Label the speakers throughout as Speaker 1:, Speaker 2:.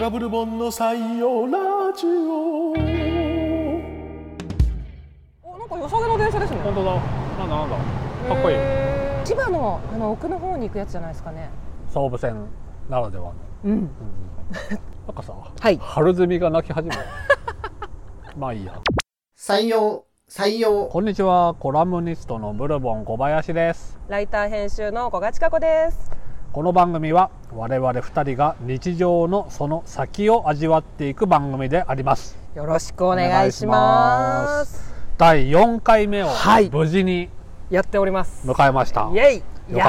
Speaker 1: ラブル本の採用ラジオ
Speaker 2: おなんか良さげな電車ですね
Speaker 3: 本当だなんだなんだかっこいい
Speaker 2: へー千葉のあの奥の方に行くやつじゃないですかね
Speaker 3: 総武線ならではの
Speaker 2: うん
Speaker 3: なんかさ、
Speaker 2: はい
Speaker 3: 春ゼミが泣き始 めるまあいいや
Speaker 4: 採用採用
Speaker 3: こんにちはコラムニストのブルボン小林です
Speaker 2: ライター編集の小賀千佳子です
Speaker 3: この番組は我々二人が日常のその先を味わっていく番組であります
Speaker 2: よろしくお願いします
Speaker 3: 第四回目を
Speaker 2: はい
Speaker 3: 無事に
Speaker 2: やっております
Speaker 3: 迎えました、
Speaker 2: イエイい
Speaker 3: よかったよか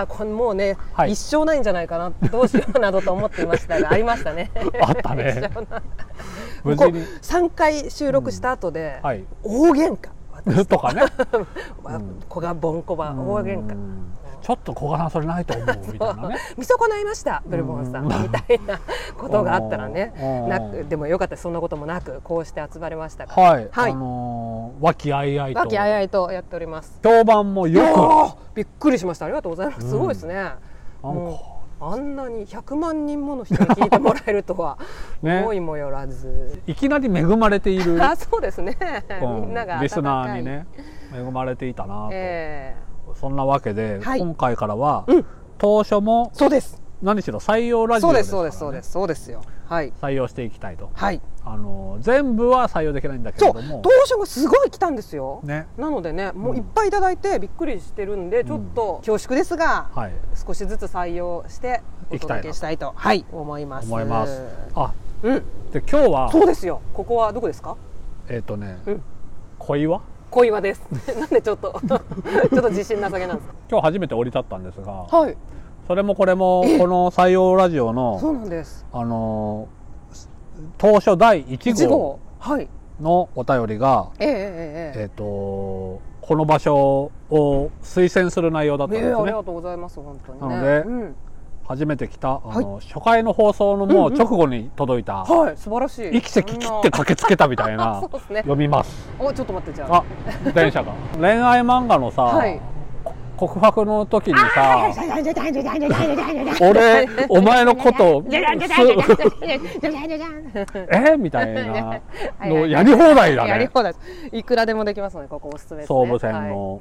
Speaker 2: やーこれもうね、
Speaker 3: はい
Speaker 2: 一生ないんじゃないかなどうしようなどと思っていましたがありました ね
Speaker 3: あっ たね無事に
Speaker 2: 3回収録した後で、
Speaker 3: はい
Speaker 2: 大喧嘩
Speaker 3: とかね
Speaker 2: 子がボンコバ大喧嘩
Speaker 3: うんちょっと小柄なそれないと思うみたいなね
Speaker 2: 見損ないましたブルボンさん
Speaker 3: う
Speaker 2: みたいなことがあったらね
Speaker 3: うん
Speaker 2: なくでもよかったですそんなこともなくこうして集まれましたから
Speaker 3: はい、
Speaker 2: はい
Speaker 3: あのー和気あいあいと
Speaker 2: 和気あいあいとやっております
Speaker 3: 評判もよく
Speaker 2: おーびっくりしましたありがとうございますすごいですね
Speaker 3: なんか
Speaker 2: もうあんなに100万人もの人に聞いてもらえるとは
Speaker 3: ね
Speaker 2: 思いもよらず
Speaker 3: いきなり恵まれている、
Speaker 2: あそうですね
Speaker 3: うん
Speaker 2: みんなが
Speaker 3: リスナーに
Speaker 2: 温かい
Speaker 3: ね恵まれていたなと、
Speaker 2: え
Speaker 3: そんなわけで、
Speaker 2: はい
Speaker 3: 今回からは、
Speaker 2: うん
Speaker 3: 当初も
Speaker 2: えそうです
Speaker 3: 何しろ採用ラジ
Speaker 2: そ
Speaker 3: オ
Speaker 2: うで
Speaker 3: ですす
Speaker 2: そ
Speaker 3: か
Speaker 2: う
Speaker 3: ら、
Speaker 2: で
Speaker 3: ね、
Speaker 2: すそうですそうですよはい
Speaker 3: 採用していきたいと
Speaker 2: はい
Speaker 3: あの全部は採用できないんだけ
Speaker 2: そ
Speaker 3: れ
Speaker 2: う
Speaker 3: ども
Speaker 2: 当初がすごい来たんですよ
Speaker 3: ね
Speaker 2: なのでねも
Speaker 3: う
Speaker 2: うんいっぱいいただいてびっくりしてるんで、ちょっと恐縮ですが、
Speaker 3: はい
Speaker 2: 少しずつ採用してお
Speaker 3: いきたいな
Speaker 2: 届けしたいとはい思います
Speaker 3: 思いますあ
Speaker 2: うん
Speaker 3: で今日は
Speaker 2: そうですよここはどこですか
Speaker 3: えっ、とね、
Speaker 2: うん
Speaker 3: 小岩
Speaker 2: 小岩です なんでちょっとちょっと自信なさげなんです
Speaker 3: 今日初めて降り立ったんですが
Speaker 2: かはい
Speaker 3: それもこれもこの採用ラジオ
Speaker 2: そ
Speaker 3: の
Speaker 2: うなんです
Speaker 3: あの当初第1
Speaker 2: 1
Speaker 3: 号
Speaker 2: 号はい
Speaker 3: のお便りが
Speaker 2: ええええええ
Speaker 3: えっ、とこの場所を推薦する内容だったんで
Speaker 2: ええあ
Speaker 3: す
Speaker 2: り
Speaker 3: ね
Speaker 2: がとうございます本当にね
Speaker 3: なので
Speaker 2: うん、
Speaker 3: 初めて来たあの、初回の放送のもう直後に届いた「
Speaker 2: はい素晴らしい
Speaker 3: 生きて切って駆けつけた」みたい
Speaker 2: あ
Speaker 3: な
Speaker 2: そうですね
Speaker 3: 読みます
Speaker 2: おちょっと待ってじゃあ
Speaker 3: あ電車が恋愛漫画のさ、
Speaker 2: はい
Speaker 3: こ告白の時にさ
Speaker 5: 俺
Speaker 3: 俺お前のことをすえみたいなのやり放題だ
Speaker 2: やり
Speaker 3: ね
Speaker 2: 放題いくらでもできますのでここおすすめですね
Speaker 3: 総武線の、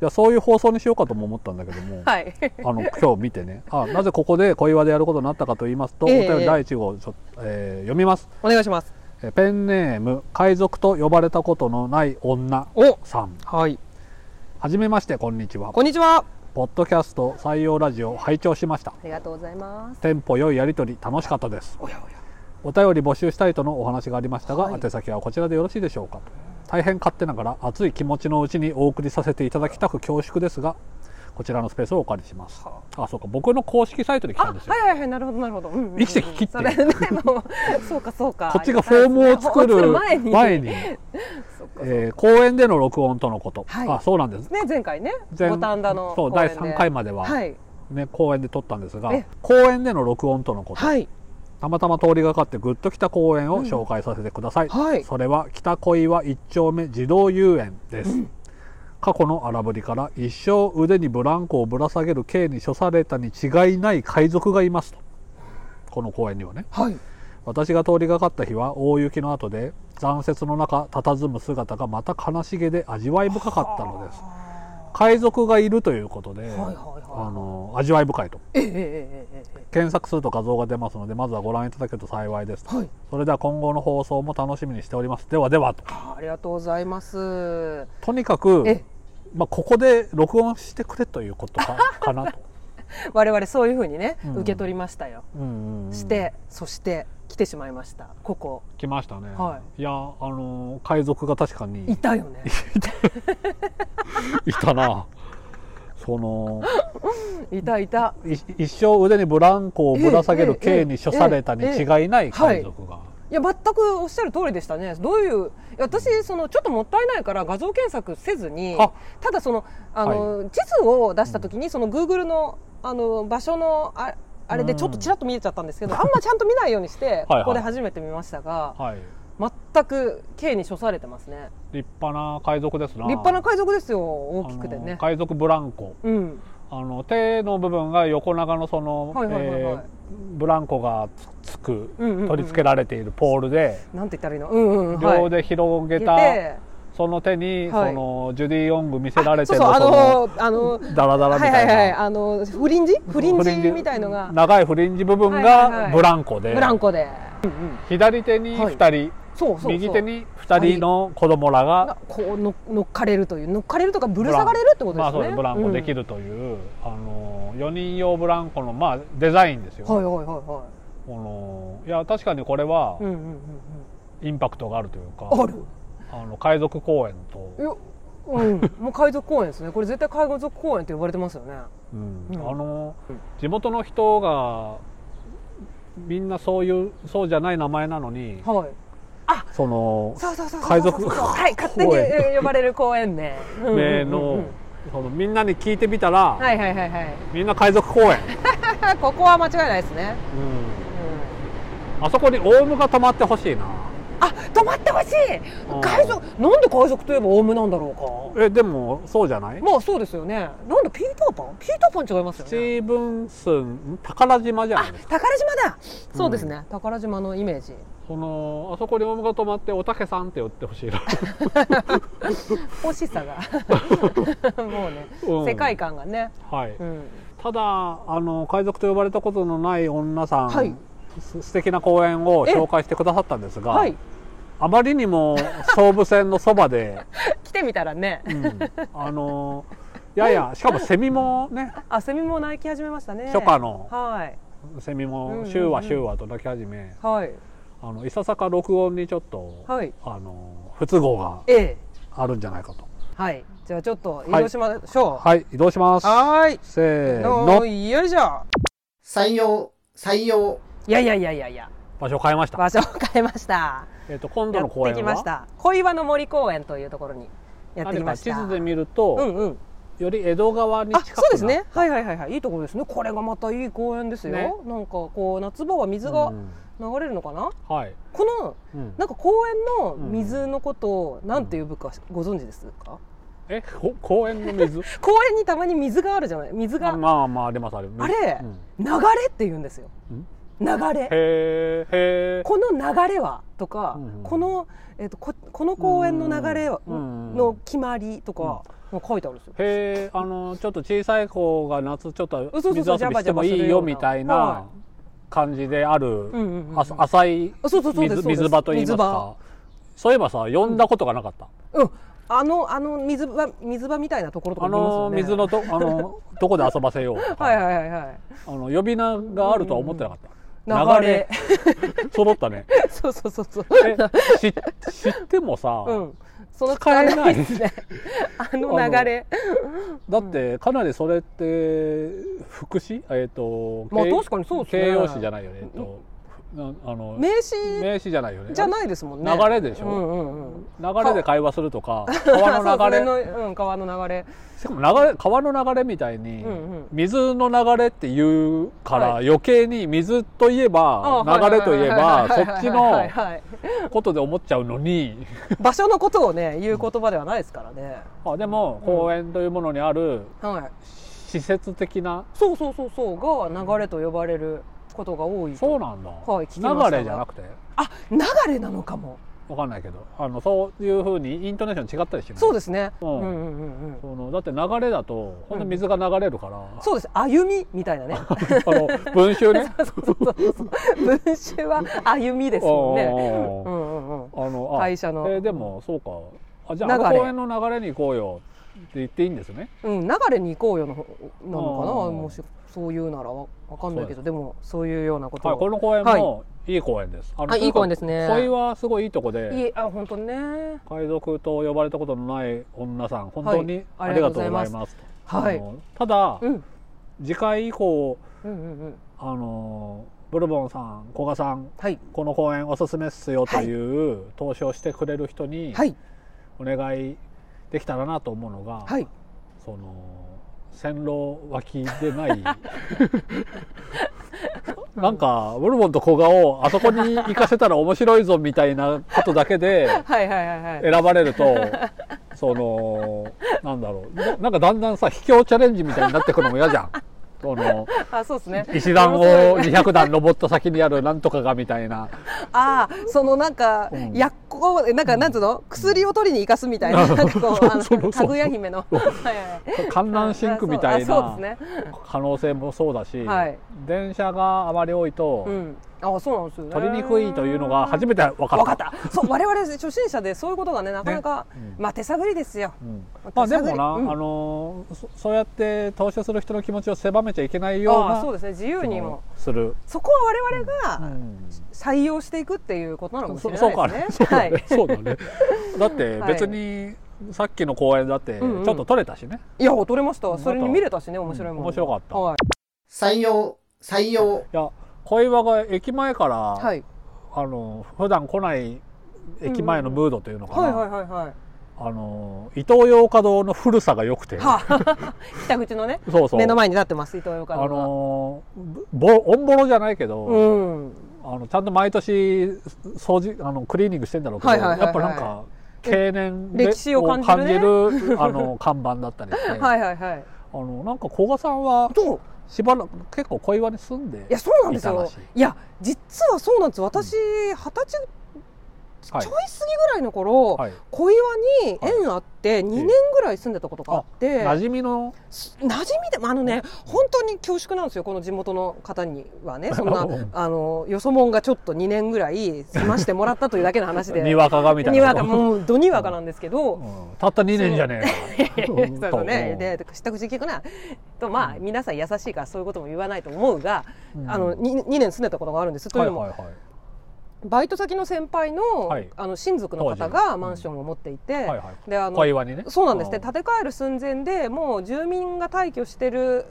Speaker 3: い、やそういう放送にしようかとも思ったんだけども、
Speaker 2: はい、はい
Speaker 3: あの今日見てねあなぜここで小岩でやることになったかと言いますと、
Speaker 2: ええ
Speaker 3: お便り第1号ちょ、えー読みます
Speaker 2: お願いします
Speaker 3: えーペンネーム海賊と呼ばれたことのない女
Speaker 2: お
Speaker 3: さん
Speaker 2: はい
Speaker 3: はじめましてこんにちは
Speaker 2: こんにちは
Speaker 3: ポッドキャスト採用ラジオ拝聴しました
Speaker 2: ありがとうございます
Speaker 3: テンポ良いやりとり楽しかったです
Speaker 2: おやおや
Speaker 3: お便り募集したいとのお話がありましたが、
Speaker 2: はい
Speaker 3: 宛先はこちらでよろしいでしょうか大変勝手ながら熱い気持ちのうちにお送りさせていただきたく恐縮ですがこちらのスペースをお借りしますあそうか僕の公式サイトで来
Speaker 2: あ
Speaker 3: たんですよ
Speaker 2: はいはいはいなるほどなるほど、うんうんうん
Speaker 3: 生きてききって
Speaker 2: それでも そうかそうか
Speaker 3: こっちがフォームを作る
Speaker 2: 前に
Speaker 3: 前に、
Speaker 2: そっか
Speaker 3: えー公演での録音とのこと、
Speaker 2: はい
Speaker 3: あそうなんです
Speaker 2: ね前回ね
Speaker 3: 前
Speaker 2: 五反田の
Speaker 3: そう
Speaker 2: 公園
Speaker 3: 第
Speaker 2: で
Speaker 3: 3回までは、
Speaker 2: はい
Speaker 3: ね、公演で撮ったんですが
Speaker 2: え
Speaker 3: 公演での録音とのこと、
Speaker 2: はい
Speaker 3: たまたま通りがかってグッと来た公演を紹介させてください、
Speaker 2: はい
Speaker 3: それは北小岩一丁目児童遊園です、過去の荒ぶりから一生腕にブランコをぶら下げる刑に処されたに違いない海賊がいますとこの公演にはね
Speaker 2: はい
Speaker 3: 私が通りがかった日は大雪の後で残雪の中佇む姿がまた悲しげで味わい深かったのです海賊がいるということ
Speaker 2: は
Speaker 3: で、
Speaker 2: いはいはい
Speaker 3: あの味わい深いと
Speaker 2: えええええええ
Speaker 3: 検索すると画像が出ますのでまずはご覧いただけると幸いですと、
Speaker 2: はい
Speaker 3: それでは今後の放送も楽しみにしておりますではではと
Speaker 2: あありがとうございます
Speaker 3: とにかく
Speaker 2: え、
Speaker 3: まあ、ここで録音してくれということ かかなと、
Speaker 2: 我々そういう風にね、
Speaker 3: うん
Speaker 2: 受け取りましたよ
Speaker 3: うんうんうん
Speaker 2: して、そして来てしまいましたここ
Speaker 3: 来ましたね、、
Speaker 2: はい
Speaker 3: やあのー海賊が確か
Speaker 2: い
Speaker 3: に
Speaker 2: たよ ね
Speaker 3: いたなその
Speaker 2: いたいた
Speaker 3: い一生腕にブランコをぶら下げる刑に処されたに違いない海賊が、
Speaker 2: いや全くおっしゃる通りでしたね、どういう、いや私その、ちょっともったいないから画像検索せずに
Speaker 3: あ、
Speaker 2: ただそのあの、地図を出したときに、その Google のあの場所のああれで、
Speaker 3: うん
Speaker 2: ちょっとちらっと見えちゃったん ですけど、あんまちゃんと見ないようにして、
Speaker 3: はい
Speaker 2: ここで初めて見ましたが、
Speaker 3: はい、
Speaker 2: 全く刑に処されてますね、
Speaker 3: 立派な海賊ですな
Speaker 2: 立派な海賊ですよ、大きくて
Speaker 3: あの
Speaker 2: ね。
Speaker 3: 海賊ブランコ
Speaker 2: うん、
Speaker 3: あの手の部分が横長のその、
Speaker 2: はいはいはいはい
Speaker 3: えーブランコがつつく
Speaker 2: うんうんうん
Speaker 3: 取り付けられているポールで、
Speaker 2: なんて言ったらいいのうんうんはい
Speaker 3: 両腕広げた、
Speaker 2: で
Speaker 3: その手に、
Speaker 2: はい
Speaker 3: そのジュディ・ヨング見せられ
Speaker 2: そ
Speaker 3: て
Speaker 2: う
Speaker 3: る
Speaker 2: そうあ
Speaker 3: その
Speaker 2: のあの
Speaker 3: ダラダラみ
Speaker 2: は
Speaker 3: た
Speaker 2: い
Speaker 3: いな、
Speaker 2: はいはいあのフリンジフリン
Speaker 3: フ
Speaker 2: ジ
Speaker 3: リンジ
Speaker 2: みたいのが
Speaker 3: 長いフリンジ部分
Speaker 2: はいはいは
Speaker 3: が
Speaker 2: い
Speaker 3: ブランコで、
Speaker 2: ブランコで
Speaker 3: 左手に2人、
Speaker 2: そうそうそう
Speaker 3: 右手に2人の子供らが
Speaker 2: なこうの乗っかれるという乗っかれるとかぶる下がれるってことですね
Speaker 3: まあそうですブランコでき
Speaker 2: る
Speaker 3: るという、あの4人用ブランコの、まあ、デザインですよ、
Speaker 2: はいはいはいは
Speaker 3: このいや確かにこれはい
Speaker 2: うんうんうん
Speaker 3: インパクトがあるというか、
Speaker 2: うんある
Speaker 3: あの海賊公園と、
Speaker 2: ようん、 もう海賊公園ですねこれ絶対海賊公園って呼ばれてますよね
Speaker 3: うん
Speaker 2: うん
Speaker 3: あの
Speaker 2: うん
Speaker 3: 地元の人がみんなそういうそうじゃない名前なのに
Speaker 2: はい
Speaker 3: その
Speaker 2: そうそうそうそう
Speaker 3: 海賊
Speaker 2: そうそうそうはい勝手に
Speaker 3: 公園
Speaker 2: え呼ばれる公園名うんうんうん
Speaker 3: 名のそのみんなに聞いてみたら、
Speaker 2: はいはいはいはい
Speaker 3: みんな海賊公園、
Speaker 2: あここは間違いないですね、
Speaker 3: うん
Speaker 2: うん
Speaker 3: あそこにオウムが止まってほしいな
Speaker 2: あ止まってほしい
Speaker 3: うん
Speaker 2: 海賊なんで海賊といえばオウムなんだろうか
Speaker 3: えでもそうじゃない
Speaker 2: まあそうですよねなんでピーターパンピーターパン違いますよ
Speaker 3: ステ
Speaker 2: ね
Speaker 3: ィーブンスンん宝島じゃないですか
Speaker 2: 宝島だそうですね、宝島のイメージ
Speaker 3: そのあそこにオウムが止まっておたけさんって言ってほしい な
Speaker 2: 惜し さがもうね、
Speaker 3: うん
Speaker 2: 世界観がね、
Speaker 3: はい、
Speaker 2: うん、
Speaker 3: ただあの海賊と呼ばれたことのない女さん、
Speaker 2: はい
Speaker 3: す素敵な公演を
Speaker 2: え
Speaker 3: 紹介してくださったんですが、
Speaker 2: はい
Speaker 3: あまりにも総武線のそばで、
Speaker 2: 来てみたらね
Speaker 3: うんあのややしかもセミもね
Speaker 2: あセミも鳴き始めましたね
Speaker 3: 初夏の
Speaker 2: はい
Speaker 3: セミ
Speaker 2: うんうんう
Speaker 3: も
Speaker 2: ん
Speaker 3: シューワシューワと鳴き始め
Speaker 2: はい
Speaker 3: あのいささか録音にちょっと、
Speaker 2: はい
Speaker 3: あの不都合が
Speaker 2: ええ
Speaker 3: あるんじゃないかと
Speaker 2: はいじゃあちょっと移動しましょ
Speaker 3: はい移動します
Speaker 2: うはーい
Speaker 3: せー
Speaker 2: の
Speaker 3: の
Speaker 2: よいしょ
Speaker 4: 採用、採用、
Speaker 2: いやいやいやいやいや
Speaker 3: 場所変えました、
Speaker 2: 場所を変えました
Speaker 3: えっと今度
Speaker 2: や
Speaker 3: の
Speaker 2: っ
Speaker 3: 公
Speaker 2: て
Speaker 3: 演は
Speaker 2: きました小岩の森公園というところにやってきました
Speaker 3: あれか地図で見ると、
Speaker 2: うんうん
Speaker 3: より江戸川に
Speaker 2: あ
Speaker 3: 近くな
Speaker 2: そうですねはいはいはいはいいいところですねこれがまたいい公園ですよ、
Speaker 3: ね
Speaker 2: なんかこう夏場は水
Speaker 3: う
Speaker 2: が
Speaker 3: ん
Speaker 2: 流れるのかな、
Speaker 3: はい、
Speaker 2: この
Speaker 3: うん
Speaker 2: なんか公園の水のことをなんて呼ぶかご存知ですか、
Speaker 3: えこ公園の水
Speaker 2: 公園にたまに水があるじゃない水
Speaker 3: あ
Speaker 2: が
Speaker 3: まあまあありますありま
Speaker 2: あ
Speaker 3: す
Speaker 2: れ
Speaker 3: うん
Speaker 2: 流れって言うんですよ
Speaker 3: ん
Speaker 2: 流れ
Speaker 3: へーへー
Speaker 2: この流れはとか、
Speaker 3: うん
Speaker 2: この、えっとここの公園の流れは
Speaker 3: うん
Speaker 2: の決まりとか、もう書いてあるんですよ
Speaker 3: へーあのちょっと小さい子が夏ちょっと
Speaker 2: そうそう
Speaker 3: 水遊び
Speaker 2: ジャバジ
Speaker 3: して
Speaker 2: ャバす
Speaker 3: も
Speaker 2: る
Speaker 3: いい
Speaker 2: よ
Speaker 3: よ
Speaker 2: うな
Speaker 3: みたい
Speaker 2: は
Speaker 3: な感じである、
Speaker 2: うんうんうん
Speaker 3: あ浅い
Speaker 2: あそうそうそうですそうで
Speaker 3: 水
Speaker 2: す
Speaker 3: 水場といいますかそういえばさ呼んだことがなかった、
Speaker 2: うんあのあの水場水場みたいなところとか
Speaker 3: あ
Speaker 2: 見ます
Speaker 3: の
Speaker 2: よね
Speaker 3: 水のと あのどこで遊ばせようとか
Speaker 2: はいはいはいはい
Speaker 3: あの呼び名があるとは思ってなかった、
Speaker 2: 流れ
Speaker 3: 揃ったね
Speaker 2: そうそうそうそう
Speaker 3: え知 知ってもさ、
Speaker 2: うんその
Speaker 3: 使えない
Speaker 2: ですねあの流れ
Speaker 3: だってかなりそれって副詞えっ、と、
Speaker 2: まあ
Speaker 3: 形
Speaker 2: 確かにそうですね
Speaker 3: 形容詞じゃないよねえっ、となあの
Speaker 2: 名
Speaker 3: 名
Speaker 2: 詞
Speaker 3: 詞じゃないよね
Speaker 2: じゃないですもんね
Speaker 3: 流れでしょ
Speaker 2: うんうんうん
Speaker 3: 流れで会話する とか川の流れ
Speaker 2: そうそれの、うん、川の流れ
Speaker 3: しかも流れ川の流れみたいに、
Speaker 2: うんうん
Speaker 3: 水の流れって言うから、
Speaker 2: は
Speaker 3: 余計に水といえば
Speaker 2: あ
Speaker 3: 流れといえば
Speaker 2: は
Speaker 3: そ
Speaker 2: いはい
Speaker 3: っ
Speaker 2: はいはいは
Speaker 3: ち
Speaker 2: い
Speaker 3: の
Speaker 2: はいはい
Speaker 3: ことで思っちゃうのに
Speaker 2: 場所のことをね言う言葉ではないですからね
Speaker 3: あでも公園というものにある
Speaker 2: はい
Speaker 3: 施設的な、
Speaker 2: そうそうそうそうが流れと呼ばれることが多い
Speaker 3: そうなんだ、
Speaker 2: い聞きました
Speaker 3: 流れじゃなくて
Speaker 2: あ流れなのかも
Speaker 3: わかんないけどあのそういうふうにイントネーション違ったりしない
Speaker 2: そうですねう
Speaker 3: うんん
Speaker 2: うんうんうん
Speaker 3: そのだって流れだと本当水が流れるから、
Speaker 2: そうです歩みみたいなね
Speaker 3: あの文集ね
Speaker 2: そうそうそうそう 文集は歩みですもんね
Speaker 3: おー
Speaker 2: うんうんうん
Speaker 3: あのあ
Speaker 2: 会社の
Speaker 3: えーでもそうかあじゃああ
Speaker 2: 流れ
Speaker 3: の公園の流れに行こうよって言っていいんですね
Speaker 2: うん、流れに行こうよの方なのか
Speaker 3: う
Speaker 2: なんもしそういうならわわかんないけどでもそういうようなこと
Speaker 3: はいこの公園もいい公園です、あ
Speaker 2: あ
Speaker 3: のとにかく
Speaker 2: いい公園ですね
Speaker 3: 小岩はすごいいいとこ
Speaker 2: い
Speaker 3: で
Speaker 2: いあ本当にね
Speaker 3: 海賊と呼ばれたことのない女さん本当に
Speaker 2: はい
Speaker 3: ありがとうございます,あの、
Speaker 2: はい
Speaker 3: ただ、
Speaker 2: うん
Speaker 3: 次回以降
Speaker 2: うんうんうん
Speaker 3: あのブルボンさん古賀さん
Speaker 2: はい
Speaker 3: この公演おすすめっすよという投資をしてくれる人に
Speaker 2: はい
Speaker 3: お願いできたらなと思うのが、
Speaker 2: はい
Speaker 3: その線路脇でないなんかブルボンと古賀をあそこに行かせたら面白いぞみたいなことだけで
Speaker 2: はいはいはいはい
Speaker 3: 選ばれるとそのなんだろうななんかだんだんさ卑怯チャレンジみたいになってくのも嫌じゃんその
Speaker 2: あそうですね
Speaker 3: 石段を200段登った先にあるなんとかがみたいな
Speaker 2: ああそのなんか、
Speaker 3: うん
Speaker 2: 薬効なんかなんつうの薬を取りに生かすみたいななんか こうあ
Speaker 3: そうそ
Speaker 2: の
Speaker 3: うそうそう
Speaker 2: かぐや姫のはいはい
Speaker 3: 観覧シンクみたい
Speaker 2: あ
Speaker 3: な
Speaker 2: そうですね
Speaker 3: 可能性もそうだし、
Speaker 2: はい
Speaker 3: 電車があまり多いと、
Speaker 2: うんあそうなんですよね
Speaker 3: 取りにくいというのが初めて分かった。
Speaker 2: 分かったそう我々初心者でそういうことがねなかなか、
Speaker 3: ね
Speaker 2: まあ手探りですよ
Speaker 3: うん
Speaker 2: ま
Speaker 3: まあ
Speaker 2: た
Speaker 3: でもな、
Speaker 2: 探りうん
Speaker 3: あのーそそうやって投資する人の気持ちを狭めちゃいけないよう
Speaker 2: ああ
Speaker 3: な
Speaker 2: そうですね自由にも
Speaker 3: する、
Speaker 2: そこは我々
Speaker 3: う
Speaker 2: が
Speaker 3: ん
Speaker 2: 採用していくっていうことなのかもし
Speaker 3: そ
Speaker 2: れ
Speaker 3: そう
Speaker 2: な
Speaker 3: か
Speaker 2: い
Speaker 3: ね
Speaker 2: です
Speaker 3: そう
Speaker 2: ね
Speaker 3: だ
Speaker 2: はい
Speaker 3: ねそうだねだって別にさっきの公演だってち
Speaker 2: うんう
Speaker 3: ょ
Speaker 2: ん
Speaker 3: っと取れたしね、
Speaker 2: いや取れました
Speaker 3: ん
Speaker 2: それに見れたしね面白いもの
Speaker 3: 面白かった、
Speaker 2: はい
Speaker 4: 採用、採
Speaker 3: い、
Speaker 4: 用、
Speaker 3: や小岩が駅前から、
Speaker 2: はい
Speaker 3: あの普段来ない駅前のムードというのかな、
Speaker 2: はいはいはいはい
Speaker 3: あの伊東洋華堂の古さが良く て、
Speaker 2: は北口のね
Speaker 3: そうそう
Speaker 2: 目の前に立ってます伊藤洋華堂
Speaker 3: あ
Speaker 2: が
Speaker 3: のぼオンボロじゃないけど、
Speaker 2: うん
Speaker 3: あのちゃんと毎年掃除あのクリーニングしてんだろうけど、
Speaker 2: はいはいはいはい
Speaker 3: やっぱなんか経年
Speaker 2: 歴史を感じるね
Speaker 3: を感じ るあの看板だったりして、
Speaker 2: はいはいはい
Speaker 3: あのなんか古賀さんは
Speaker 2: そう
Speaker 3: しばらく結構小岩に住んで
Speaker 2: いやそうなんです
Speaker 3: いたら
Speaker 2: よ
Speaker 3: し
Speaker 2: いや実はそうなんです私二十歳
Speaker 3: はい
Speaker 2: ちょい過ぎぐらいの頃、
Speaker 3: はい
Speaker 2: 小岩に縁あって2年ぐらい住んでたことがあって、
Speaker 3: 馴染みの
Speaker 2: す馴染みでもあのね本当に恐縮なんですよこの地元の方には ねそんな
Speaker 3: うん
Speaker 2: あのよそもんがちょっと2年ぐらい済ましてもらったというだけの話で
Speaker 3: にわかがみたいな
Speaker 2: にわかもうどにわかなんですけど、
Speaker 3: うんたった2年じゃねえか
Speaker 2: そう そうね、で、知った口聞くな。と、まあ、皆さん優しいから、そういうことも言わないと思うが。
Speaker 3: うん
Speaker 2: あの、に二年住んでたことがあるんです。と
Speaker 3: はいいう
Speaker 2: のも、
Speaker 3: はいはい
Speaker 2: バイト先の先輩の、
Speaker 3: はい
Speaker 2: あの親族の方
Speaker 3: 当時
Speaker 2: が
Speaker 3: うん
Speaker 2: マンションを持っていて。
Speaker 3: はいはい
Speaker 2: で、あ
Speaker 3: 小
Speaker 2: の、
Speaker 3: 岩にね
Speaker 2: そうなんですね。
Speaker 3: う
Speaker 2: 建て替える寸前で、もう住民が退去してる。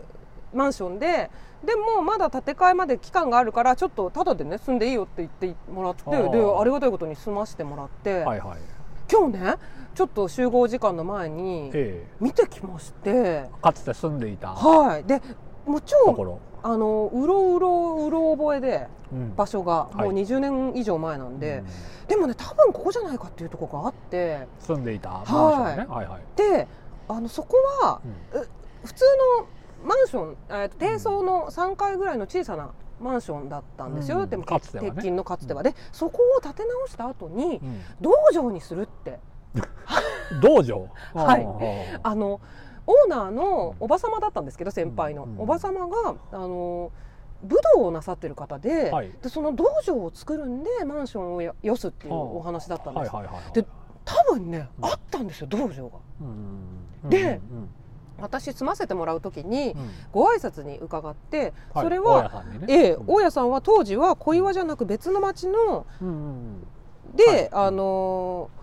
Speaker 2: マンションで。でもまだ建て替えまで期間があるからちょっとタダでね住んでいいよって言ってもらって
Speaker 3: あ
Speaker 2: で
Speaker 3: ー
Speaker 2: ありがたいことに住ましてもらって、
Speaker 3: はいはい
Speaker 2: 今日ねちょっと集合時間の前に
Speaker 3: え
Speaker 2: 見てきまして
Speaker 3: えかつて住んでいたと
Speaker 2: はい、でもう
Speaker 3: こ
Speaker 2: 超
Speaker 3: ろ
Speaker 2: あのうろうろうろ覚えで
Speaker 3: うん
Speaker 2: 場所が
Speaker 3: はい
Speaker 2: もう20年以上前なんで、
Speaker 3: うん
Speaker 2: でもね多分ここじゃないかっていうところがあって
Speaker 3: 住んでいたマンションねはいはい
Speaker 2: であのそこは普通のマンション、えーと低層の3階ぐらいの小さなマンションだったんですよ、
Speaker 3: うん
Speaker 2: でも
Speaker 3: かつてはね
Speaker 2: 鉄筋のかつては、でそこを建て直した後に
Speaker 3: うんうん
Speaker 2: 道場にするって
Speaker 3: 道場
Speaker 2: はい
Speaker 3: い
Speaker 2: あのオーナーのおばさまだったんですけど先輩の、
Speaker 3: うんうん
Speaker 2: おばさまがあの武道をなさってる方で,、
Speaker 3: はい
Speaker 2: でその道場を作るんでマンションをよよすっていうお話だったんです、
Speaker 3: はいはいはい
Speaker 2: で多分ね、
Speaker 3: うん
Speaker 2: あったんですよ道場が
Speaker 3: うん
Speaker 2: で
Speaker 3: うん
Speaker 2: 私住ませてもらう時に
Speaker 3: うん
Speaker 2: ご挨拶に伺って、
Speaker 3: い
Speaker 2: それ
Speaker 3: 大家
Speaker 2: は、
Speaker 3: さんにね
Speaker 2: ええ
Speaker 3: うん
Speaker 2: 大家さんは当時は小岩じゃなく別の町の
Speaker 3: うんうん
Speaker 2: で、
Speaker 3: はい
Speaker 2: あのー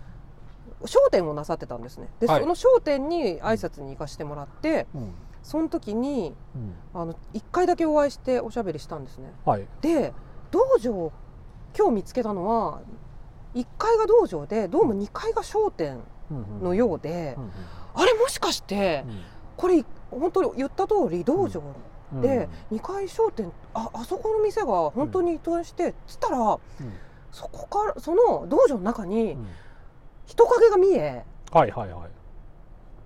Speaker 2: 商店をなさってたんですねで、
Speaker 3: はい
Speaker 2: その商店に挨拶に行かしてもらって
Speaker 3: うん
Speaker 2: その時に
Speaker 3: うん
Speaker 2: あの1回だけお会いしておしゃべりしたんですね
Speaker 3: はい
Speaker 2: で道場今日見つけたのは1階が道場でどうも2階が商店のようで、
Speaker 3: うん
Speaker 2: あれもしかして
Speaker 3: うん
Speaker 2: これ本当に言った通り道場
Speaker 3: うん
Speaker 2: で2階商店ああそこの店が本当に移転してつったら、そこからその道場の中
Speaker 3: う
Speaker 2: に
Speaker 3: ん
Speaker 2: 人影が見え
Speaker 3: はいはいはい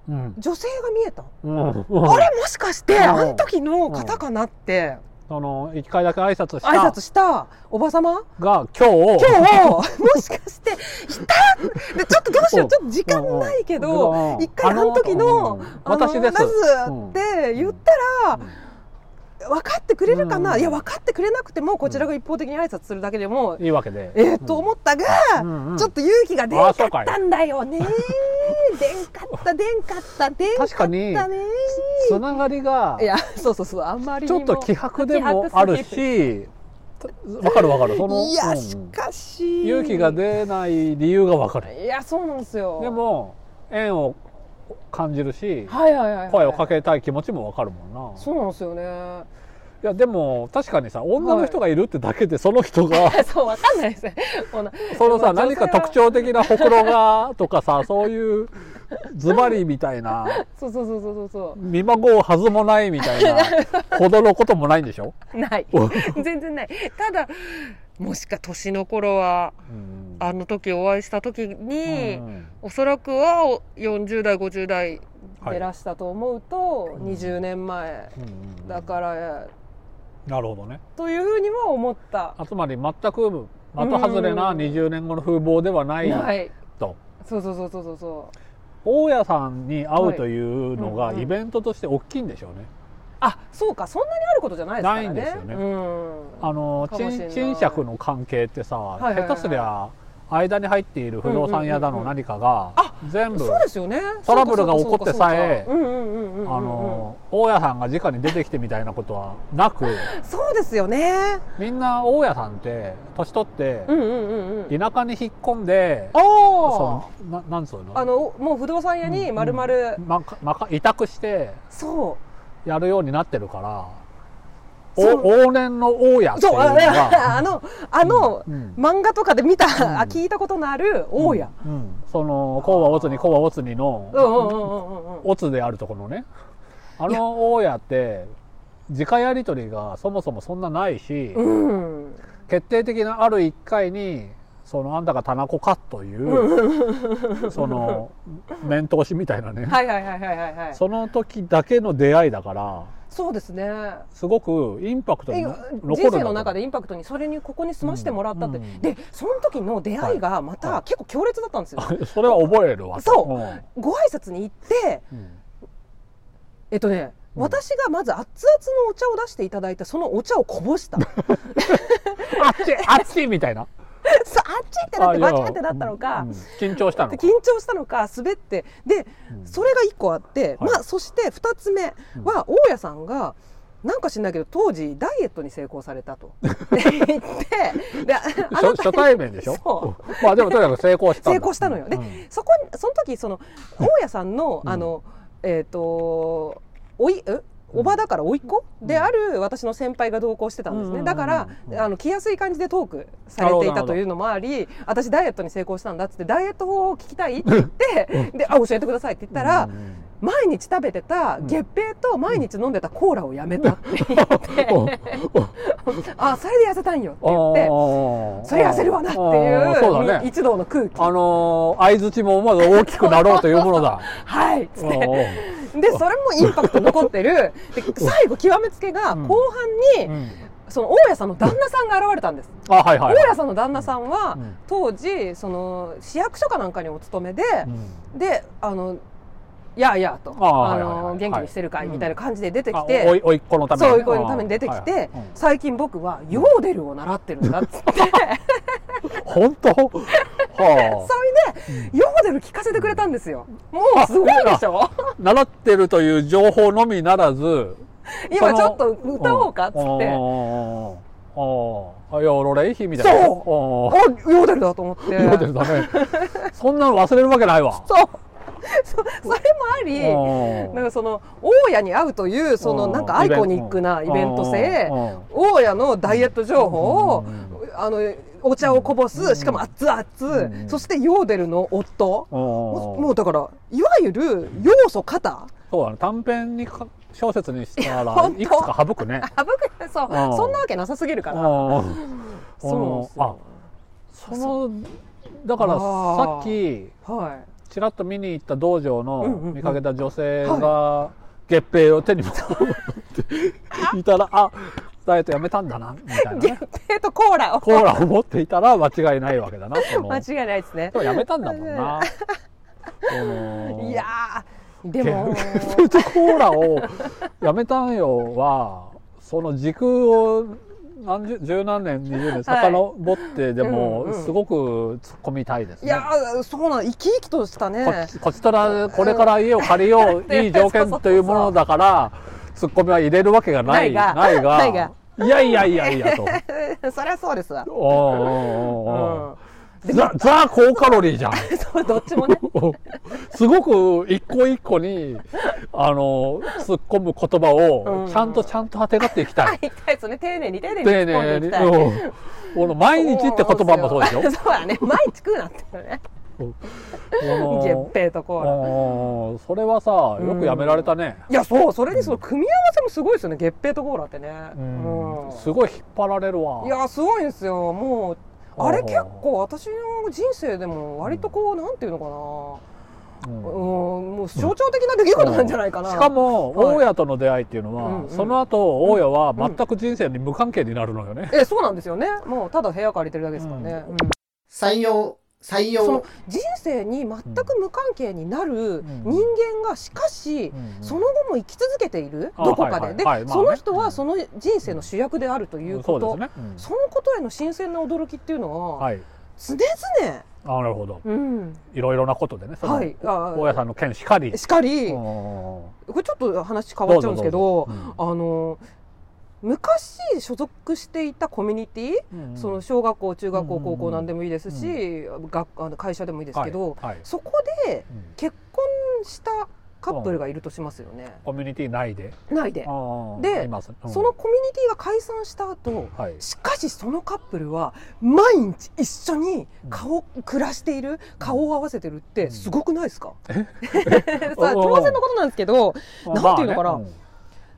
Speaker 3: うん
Speaker 2: 女性が見えた、
Speaker 3: うん
Speaker 2: あれもしかして
Speaker 3: うん
Speaker 2: あの時の方かなって
Speaker 3: その一回だけ挨拶し
Speaker 2: 挨
Speaker 3: た
Speaker 2: 拶したおばさま
Speaker 3: が今日
Speaker 2: 今日 もしかしていたでちょっとどうしようちょっと時間ないけど
Speaker 3: うん
Speaker 2: 一回あの時の
Speaker 3: うん
Speaker 2: あの
Speaker 3: 私です
Speaker 2: なずって言ったら
Speaker 3: うん
Speaker 2: 分かってくれるかな、
Speaker 3: うん
Speaker 2: いや分かってくれなくてもこちらが一方的に挨拶するだけでも、
Speaker 3: いいわけで
Speaker 2: ええと思ったが、
Speaker 3: うんうん
Speaker 2: ちょっと勇気が出んかったんだよね 出んかった出んかった出んかっ
Speaker 3: 確かに
Speaker 2: たね
Speaker 3: つながりが
Speaker 2: いやそうそうそうあんまり
Speaker 3: ち
Speaker 2: にも
Speaker 3: ょっと気迫でもある
Speaker 2: 気迫すぎ
Speaker 3: しわかるわかるその
Speaker 2: いや
Speaker 3: うん
Speaker 2: しかし
Speaker 3: 勇気が出ない理由がわかる
Speaker 2: いやそうなんですよ
Speaker 3: でも縁を感じるし
Speaker 2: はいはいはいはい、
Speaker 3: 声をかけたい気持ちもわかるもんな
Speaker 2: そうなんですよね
Speaker 3: いやでも確かにさ女の人がいるってだけでその 人が
Speaker 2: そうわかんないですねこんな
Speaker 3: そのさ
Speaker 2: でも女
Speaker 3: 何
Speaker 2: 性は
Speaker 3: か特徴的なほくろがとかさそういうズバリみたい な
Speaker 2: そうそうそうそうそうそ
Speaker 3: 見まごうはずもないみた いなほどのこともないんでしょ、
Speaker 2: うない
Speaker 3: お
Speaker 2: 全然ないただもしか年の頃は
Speaker 3: うん
Speaker 2: あの時お会いした時に、
Speaker 3: うん
Speaker 2: おそらくはお40代50代
Speaker 3: はい
Speaker 2: でらしたと思うと、
Speaker 3: ん
Speaker 2: 20年前
Speaker 3: うんうん
Speaker 2: だから、
Speaker 3: なるほどね
Speaker 2: というふうには思った
Speaker 3: あつまり全く的外れな
Speaker 2: うん
Speaker 3: 20年後の風貌ではない
Speaker 2: はい
Speaker 3: と
Speaker 2: そうそうそうそうそうそう
Speaker 3: 大家さんに会うというの
Speaker 2: は
Speaker 3: が
Speaker 2: いうんうん
Speaker 3: イベントとして大きいんでしょうね。
Speaker 2: あそうかそんなにあることじゃないですからね
Speaker 3: ないんですよね
Speaker 2: うん、
Speaker 3: あの
Speaker 2: かもしれない
Speaker 3: 賃賃借の関係ってさ、
Speaker 2: いはいはい
Speaker 3: 下手すりゃ間に入っている不動産屋だ
Speaker 2: うんうんうんうん
Speaker 3: の何かが全部、
Speaker 2: そうですよね
Speaker 3: トラブルが起こってさえ
Speaker 2: そうかそうかそうかうんうんうんうんうんうん
Speaker 3: あの大家さんが直に出てきてみたいなことは なく
Speaker 2: そうですよね
Speaker 3: みんな大家さんって年取って
Speaker 2: うんうんうんうん
Speaker 3: 田舎に引っ込んで、
Speaker 2: お
Speaker 3: そのななんつうの
Speaker 2: あのもう不動産屋にまるまる
Speaker 3: まかまか委託して
Speaker 2: そ
Speaker 3: やるようになってるからお
Speaker 2: そう
Speaker 3: 往年の大家っ
Speaker 2: う
Speaker 3: てい
Speaker 2: そ
Speaker 3: う
Speaker 2: う
Speaker 3: の
Speaker 2: あ
Speaker 3: が。
Speaker 2: あのあの、
Speaker 3: うん
Speaker 2: 漫画とかで見た、
Speaker 3: ん
Speaker 2: あ聞いたことのある大家、
Speaker 3: うんうんそのこうはおつにこうはおつに
Speaker 2: うん、うんう
Speaker 3: の
Speaker 2: んうんうんうん
Speaker 3: おつであるところのねあの大家って直やり取りがそもそもそんなないし、
Speaker 2: うん
Speaker 3: 決定的なある一回にそのあんたがタナコかという、その面通しみたいなね、
Speaker 2: はいはいはいはいはいはいそ
Speaker 3: その時だけの出会いだから
Speaker 2: うですね
Speaker 3: すごくインパクトに
Speaker 2: え
Speaker 3: な残る
Speaker 2: 人生の中で
Speaker 3: イン
Speaker 2: インパクトにそれにここに住ましてもらったって、
Speaker 3: うんうん
Speaker 2: でその時の出会いがま
Speaker 3: はいは
Speaker 2: た
Speaker 3: い
Speaker 2: 結構強烈だったんですよ、
Speaker 3: パクト それは覚えるわ
Speaker 2: そう
Speaker 3: うん
Speaker 2: ご挨拶に行って
Speaker 3: うん
Speaker 2: えっとね、
Speaker 3: うん
Speaker 2: 私がまず熱々のお茶を出していただいたそのお茶をこぼした さ
Speaker 3: あっちあっちみたいな
Speaker 2: あっちってなってバ
Speaker 3: あいや
Speaker 2: チャってなったのか、
Speaker 3: うん緊張したの
Speaker 2: で
Speaker 3: か
Speaker 2: 緊張したのか滑ってで、
Speaker 3: うん
Speaker 2: それが1個あって、
Speaker 3: はい
Speaker 2: まあそして2つ目は大家さんが。なんか知んないけど当時ダイエットに成功された とで言ってでああな
Speaker 3: 初
Speaker 2: た
Speaker 3: 初対面でしょ
Speaker 2: そ
Speaker 3: まあでもとにかく成功したん
Speaker 2: 成
Speaker 3: だ
Speaker 2: 功したのよで
Speaker 3: うん
Speaker 2: そこにその時その大家さんのあのえっ、とおいえおばだから甥っ子である私の先輩が同行してたんです
Speaker 3: うんうんうんう
Speaker 2: ね
Speaker 3: ん
Speaker 2: だからあの来やすい感じでトークされていたというのもあり私ダイエットに成功したんだっつってダイエット法を聞きたいって言ってであ教えてくださいって言ったら
Speaker 3: うんうん
Speaker 2: 毎日食べてた月餅と毎日飲んでたコーラをやめたって言って
Speaker 3: おお
Speaker 2: あそれで痩せたんよって言って
Speaker 3: あー
Speaker 2: それ痩せるわなって
Speaker 3: あーそうだ
Speaker 2: いう
Speaker 3: ね
Speaker 2: 一同の空気
Speaker 3: あのー相槌も思わず大きくなろうというも のだ
Speaker 2: はいっつ
Speaker 3: お
Speaker 2: って
Speaker 3: お
Speaker 2: でそれもインパクト残ってるで最後極めつけが
Speaker 3: うん
Speaker 2: 後半
Speaker 3: う
Speaker 2: に
Speaker 3: ん
Speaker 2: その大家さんの旦那さんが現れたんです
Speaker 3: あはいはい
Speaker 2: 大家さんの旦那さんは
Speaker 3: うん
Speaker 2: 当時その市役所かなんかにお勤めで
Speaker 3: うん
Speaker 2: であの「やあやあ」と「
Speaker 3: あ
Speaker 2: あ
Speaker 3: はいはいはい
Speaker 2: の元気にしてるかい」
Speaker 3: はい
Speaker 2: みたいな感じで出てき
Speaker 3: あおお
Speaker 2: て
Speaker 3: いおいっ子のために
Speaker 2: そういう子のために出てき
Speaker 3: あーはい
Speaker 2: て
Speaker 3: はいうん
Speaker 2: 最近僕はヨーデルを習ってるんだっ つって
Speaker 3: 本当は
Speaker 2: それでヨーデル聞かせてくれたんですよもうすごいでしょ
Speaker 3: あ習ってるという情報のみならず
Speaker 2: 今ちょっと歌おうかっつって
Speaker 3: あ
Speaker 2: お
Speaker 3: ああヨーロレイヒみたいな
Speaker 2: そう
Speaker 3: そ
Speaker 2: ヨーデルだと思って
Speaker 3: うヨーデルだねそんなの忘れるわけないわ
Speaker 2: そうそそれもあり
Speaker 3: うん
Speaker 2: なんかその大家に会うというその
Speaker 3: うん
Speaker 2: なんかアイコニックなイベント性
Speaker 3: うんうん
Speaker 2: 大家のダイエット情報
Speaker 3: う
Speaker 2: を
Speaker 3: んうん
Speaker 2: あのお茶をこぼ
Speaker 3: うん
Speaker 2: すしかも熱
Speaker 3: う
Speaker 2: 々
Speaker 3: ん
Speaker 2: そしてヨーデルの夫
Speaker 3: うん
Speaker 2: もうもうだからいわゆる要素型
Speaker 3: そうだね短編にか小説にしたら
Speaker 2: 本当
Speaker 3: いくつか省くね
Speaker 2: あ僕そう
Speaker 3: うん
Speaker 2: そんなわけなさすぎるから
Speaker 3: うん
Speaker 2: そうなんですよ
Speaker 3: そのだからさっき
Speaker 2: は
Speaker 3: ちらっと見に行った道場
Speaker 2: うんうんう
Speaker 3: の
Speaker 2: ん
Speaker 3: 見かけた女性が月餅を手に持ってい たらあダイエットやめたんだなみたいないね
Speaker 2: 限定とコーラを
Speaker 3: コーラを持っていたら間違いないわけ だなその
Speaker 2: 間違いないですね
Speaker 3: でもやめたんだもんな。その
Speaker 2: いやーでも
Speaker 3: フットコーラをやめたんよはその時空を何十十何年20年遡ってでも、
Speaker 2: うんうん
Speaker 3: すごく突っ込みたいです
Speaker 2: い
Speaker 3: ね。
Speaker 2: やーそうなん生き生きとした
Speaker 3: こ
Speaker 2: ね
Speaker 3: っちこっちとらこれから家を借りよういい条件というものだから突っ込みは入れるわけがない
Speaker 2: ないが
Speaker 3: ないが
Speaker 2: ないが
Speaker 3: いやいやいやいや と
Speaker 2: そりゃそうですわ
Speaker 3: おう
Speaker 2: う
Speaker 3: おうおうおうんザザ高カロリーじゃん
Speaker 2: そう どっちもね
Speaker 3: すごく一個一個にあの突っ込む言葉をちゃんとちゃんと当てがっていきたい
Speaker 2: 一回 そうね丁寧に丁寧に
Speaker 3: 丁
Speaker 2: 突っ込
Speaker 3: 寧
Speaker 2: んで
Speaker 3: に
Speaker 2: いきたい
Speaker 3: うんこの毎日って言葉もそうでしょ
Speaker 2: そうだね毎日食うなってね
Speaker 3: この
Speaker 2: ゲッペーとコーラ
Speaker 3: うんそれはさよくやめられたね、
Speaker 2: いやそうそれにその組み合わせもすごいですよね月餅とコーラってね
Speaker 3: うん
Speaker 2: うん
Speaker 3: すごい引っ張られるわ
Speaker 2: いやすごいんですよもうあれ
Speaker 3: あー
Speaker 2: 結構私の人生でも割とこうなんていうの
Speaker 3: う
Speaker 2: かなうんんもう象徴的な出来事なんじゃないかな
Speaker 3: しかも
Speaker 2: はい
Speaker 3: 大家との出会いっていうのは、
Speaker 2: うんうん
Speaker 3: その後大家は全く人生に無関係になるのよね、
Speaker 2: えそうなんですよねもうただ部屋借りてるだけですからね、うん
Speaker 4: 採用採
Speaker 2: そ
Speaker 4: 用
Speaker 2: の人生に全く無関係になる
Speaker 3: ん
Speaker 2: 人間がしかし、
Speaker 3: うん
Speaker 2: その後も生き続けている、
Speaker 3: あ
Speaker 2: どこかで、
Speaker 3: はいはい
Speaker 2: で、
Speaker 3: はいまあ
Speaker 2: そ
Speaker 3: ね
Speaker 2: の人はその人生の主役であるということ、
Speaker 3: そうですね、うん
Speaker 2: そのことへの新鮮な驚きっていうのは
Speaker 3: はい
Speaker 2: 常々、
Speaker 3: あなるほど
Speaker 2: うん、
Speaker 3: いろいろなことでねその
Speaker 2: はいあ
Speaker 3: 大家さんの件しかり
Speaker 2: しかり、
Speaker 3: うん
Speaker 2: これちょっと話変わっちゃうんですけど
Speaker 3: うぞ
Speaker 2: あの昔所属していたコミュニティ、
Speaker 3: うんうん
Speaker 2: その小学校中学
Speaker 3: うん
Speaker 2: 校
Speaker 3: うんうん
Speaker 2: 高校なんでもいいですし、学あの会社でもいいですけど、
Speaker 3: はいはい
Speaker 2: そこで
Speaker 3: うん
Speaker 2: 結婚したカップルがいるとしますよね、
Speaker 3: コミュニティ内で
Speaker 2: ないで、で
Speaker 3: でいますうん
Speaker 2: そのコミュニティが解散した後
Speaker 3: はい
Speaker 2: しかしそのカップルは毎日一緒に顔、暮らしている顔を合わせてるってすごくないですか、 さあ
Speaker 3: おうおう
Speaker 2: 当然のことなんですけど
Speaker 3: ま
Speaker 2: なんていうのかな
Speaker 3: まあね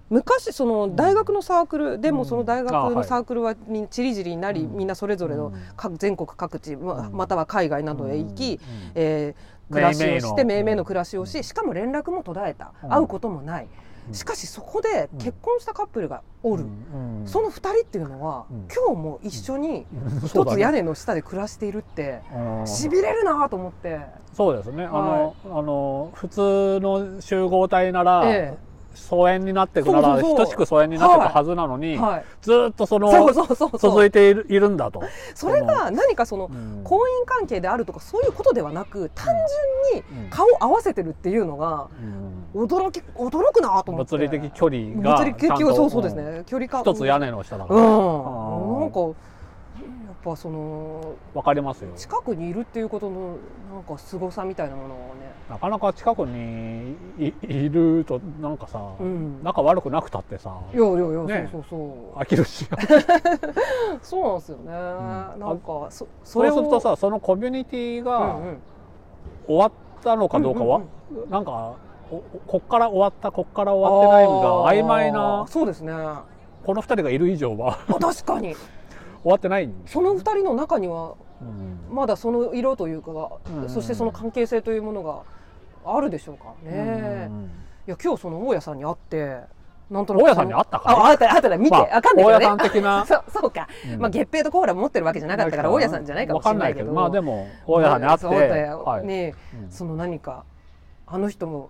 Speaker 2: 昔その大学のサークル、で
Speaker 3: う
Speaker 2: も
Speaker 3: ん
Speaker 2: その大学
Speaker 3: あは
Speaker 2: の
Speaker 3: い
Speaker 2: サークルはみちりぢりになり、
Speaker 3: うん
Speaker 2: みんなそれぞれ
Speaker 3: う
Speaker 2: の
Speaker 3: ん
Speaker 2: 各全国各地ま
Speaker 3: うん
Speaker 2: または海外などへ行き、
Speaker 3: うん
Speaker 2: えー暮らしをして
Speaker 3: め
Speaker 2: め
Speaker 3: い
Speaker 2: い
Speaker 3: め
Speaker 2: め
Speaker 3: い
Speaker 2: い
Speaker 3: の
Speaker 2: の暮らしをししかも連絡も途絶えた
Speaker 3: うん
Speaker 2: 会うこともない
Speaker 3: うん
Speaker 2: しかしそこで結婚したカップルがおる、
Speaker 3: うんうん
Speaker 2: その2人っていうのは、
Speaker 3: うん
Speaker 2: 今日も一緒に
Speaker 3: うんそう
Speaker 2: 一
Speaker 3: だ
Speaker 2: つ
Speaker 3: ね
Speaker 2: 屋根の下で暮らしているって
Speaker 3: うん
Speaker 2: しびれるなと思って、
Speaker 3: そうですねあのあの普通の集合体なら
Speaker 2: え
Speaker 3: 疎遠になってくなら
Speaker 2: そうそうそう
Speaker 3: 等しく疎遠になってくはずなのに
Speaker 2: えはい、
Speaker 3: ずーっとその
Speaker 2: そうそうそうそう
Speaker 3: 続いているいるんだと
Speaker 2: それが何かその
Speaker 3: うん
Speaker 2: 婚姻関係であるとかそういうことではなく単純に
Speaker 3: うん
Speaker 2: 顔合わせてるっていうのが
Speaker 3: うん
Speaker 2: 驚き驚くなと思って
Speaker 3: 物理的距離が
Speaker 2: 物理的
Speaker 3: ちゃんと
Speaker 2: そうそうです
Speaker 3: ん
Speaker 2: ね距離感
Speaker 3: 一つ屋根の下だか
Speaker 2: うん
Speaker 3: ら
Speaker 2: なんかやっぱその
Speaker 3: 分かりますよ
Speaker 2: 近くにいるっていうことのなんか凄さみたいなものをね、
Speaker 3: なかなか近くにいいるとなんかさ、
Speaker 2: うん、
Speaker 3: 仲悪くなくたってさ
Speaker 2: いやいやいや、
Speaker 3: ね
Speaker 2: そうそう
Speaker 3: 飽きるし
Speaker 2: そうそうなんですよね、なんかそそ
Speaker 3: そう
Speaker 2: れを
Speaker 3: するとさそのコミュニティ
Speaker 2: うんう
Speaker 3: が
Speaker 2: ん
Speaker 3: 終わったのかどうかは、
Speaker 2: うん
Speaker 3: なんかおこっから終わったこっから終わってない
Speaker 2: あー
Speaker 3: みが曖昧な
Speaker 2: そうですねあ
Speaker 3: この2人がいる以上は
Speaker 2: 確かに
Speaker 3: 終わってないんです
Speaker 2: その二人の中には
Speaker 3: うん
Speaker 2: まだその色というか、
Speaker 3: うん
Speaker 2: そしてその関係性というものがあるでしょうからね、いや今日その大家さんに会ってなんとなく
Speaker 3: 大家さんに会ったから
Speaker 2: あ会った会ったら見て、
Speaker 3: まあ
Speaker 2: わかんないけど
Speaker 3: 大家さん
Speaker 2: ね
Speaker 3: 的 な
Speaker 2: そうそうか、
Speaker 3: うん
Speaker 2: まあ月餅とコーラ持ってるわけじゃなかったから大家さんじゃないかもしれないけど
Speaker 3: わかんないけどまあでも大家さんに会って、
Speaker 2: そう大家
Speaker 3: はい
Speaker 2: ね
Speaker 3: うん
Speaker 2: その何かあの人も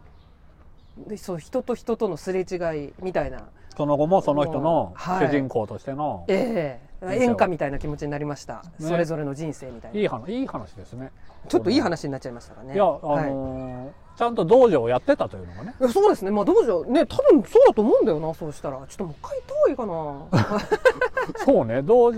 Speaker 2: でそう人と人とのすれ違いみたいな、
Speaker 3: その後もその人の
Speaker 2: はい
Speaker 3: 主人公としての、
Speaker 2: ええ
Speaker 3: いいですよ
Speaker 2: 演歌みたいな気持ちになりました、
Speaker 3: ね
Speaker 2: それぞれの人生みたい
Speaker 3: い、
Speaker 2: ない
Speaker 3: 話いい話ですね
Speaker 2: ちょっといい話になっちゃいましたかね
Speaker 3: いや、あ
Speaker 2: はい
Speaker 3: のーちゃんと道場をやってたというの がね。
Speaker 2: いやそうですねまあどうじゃね多分そうだと思うんだよなそうしたらちょっともう一回行った方がいいか な
Speaker 3: そうね、道 場。い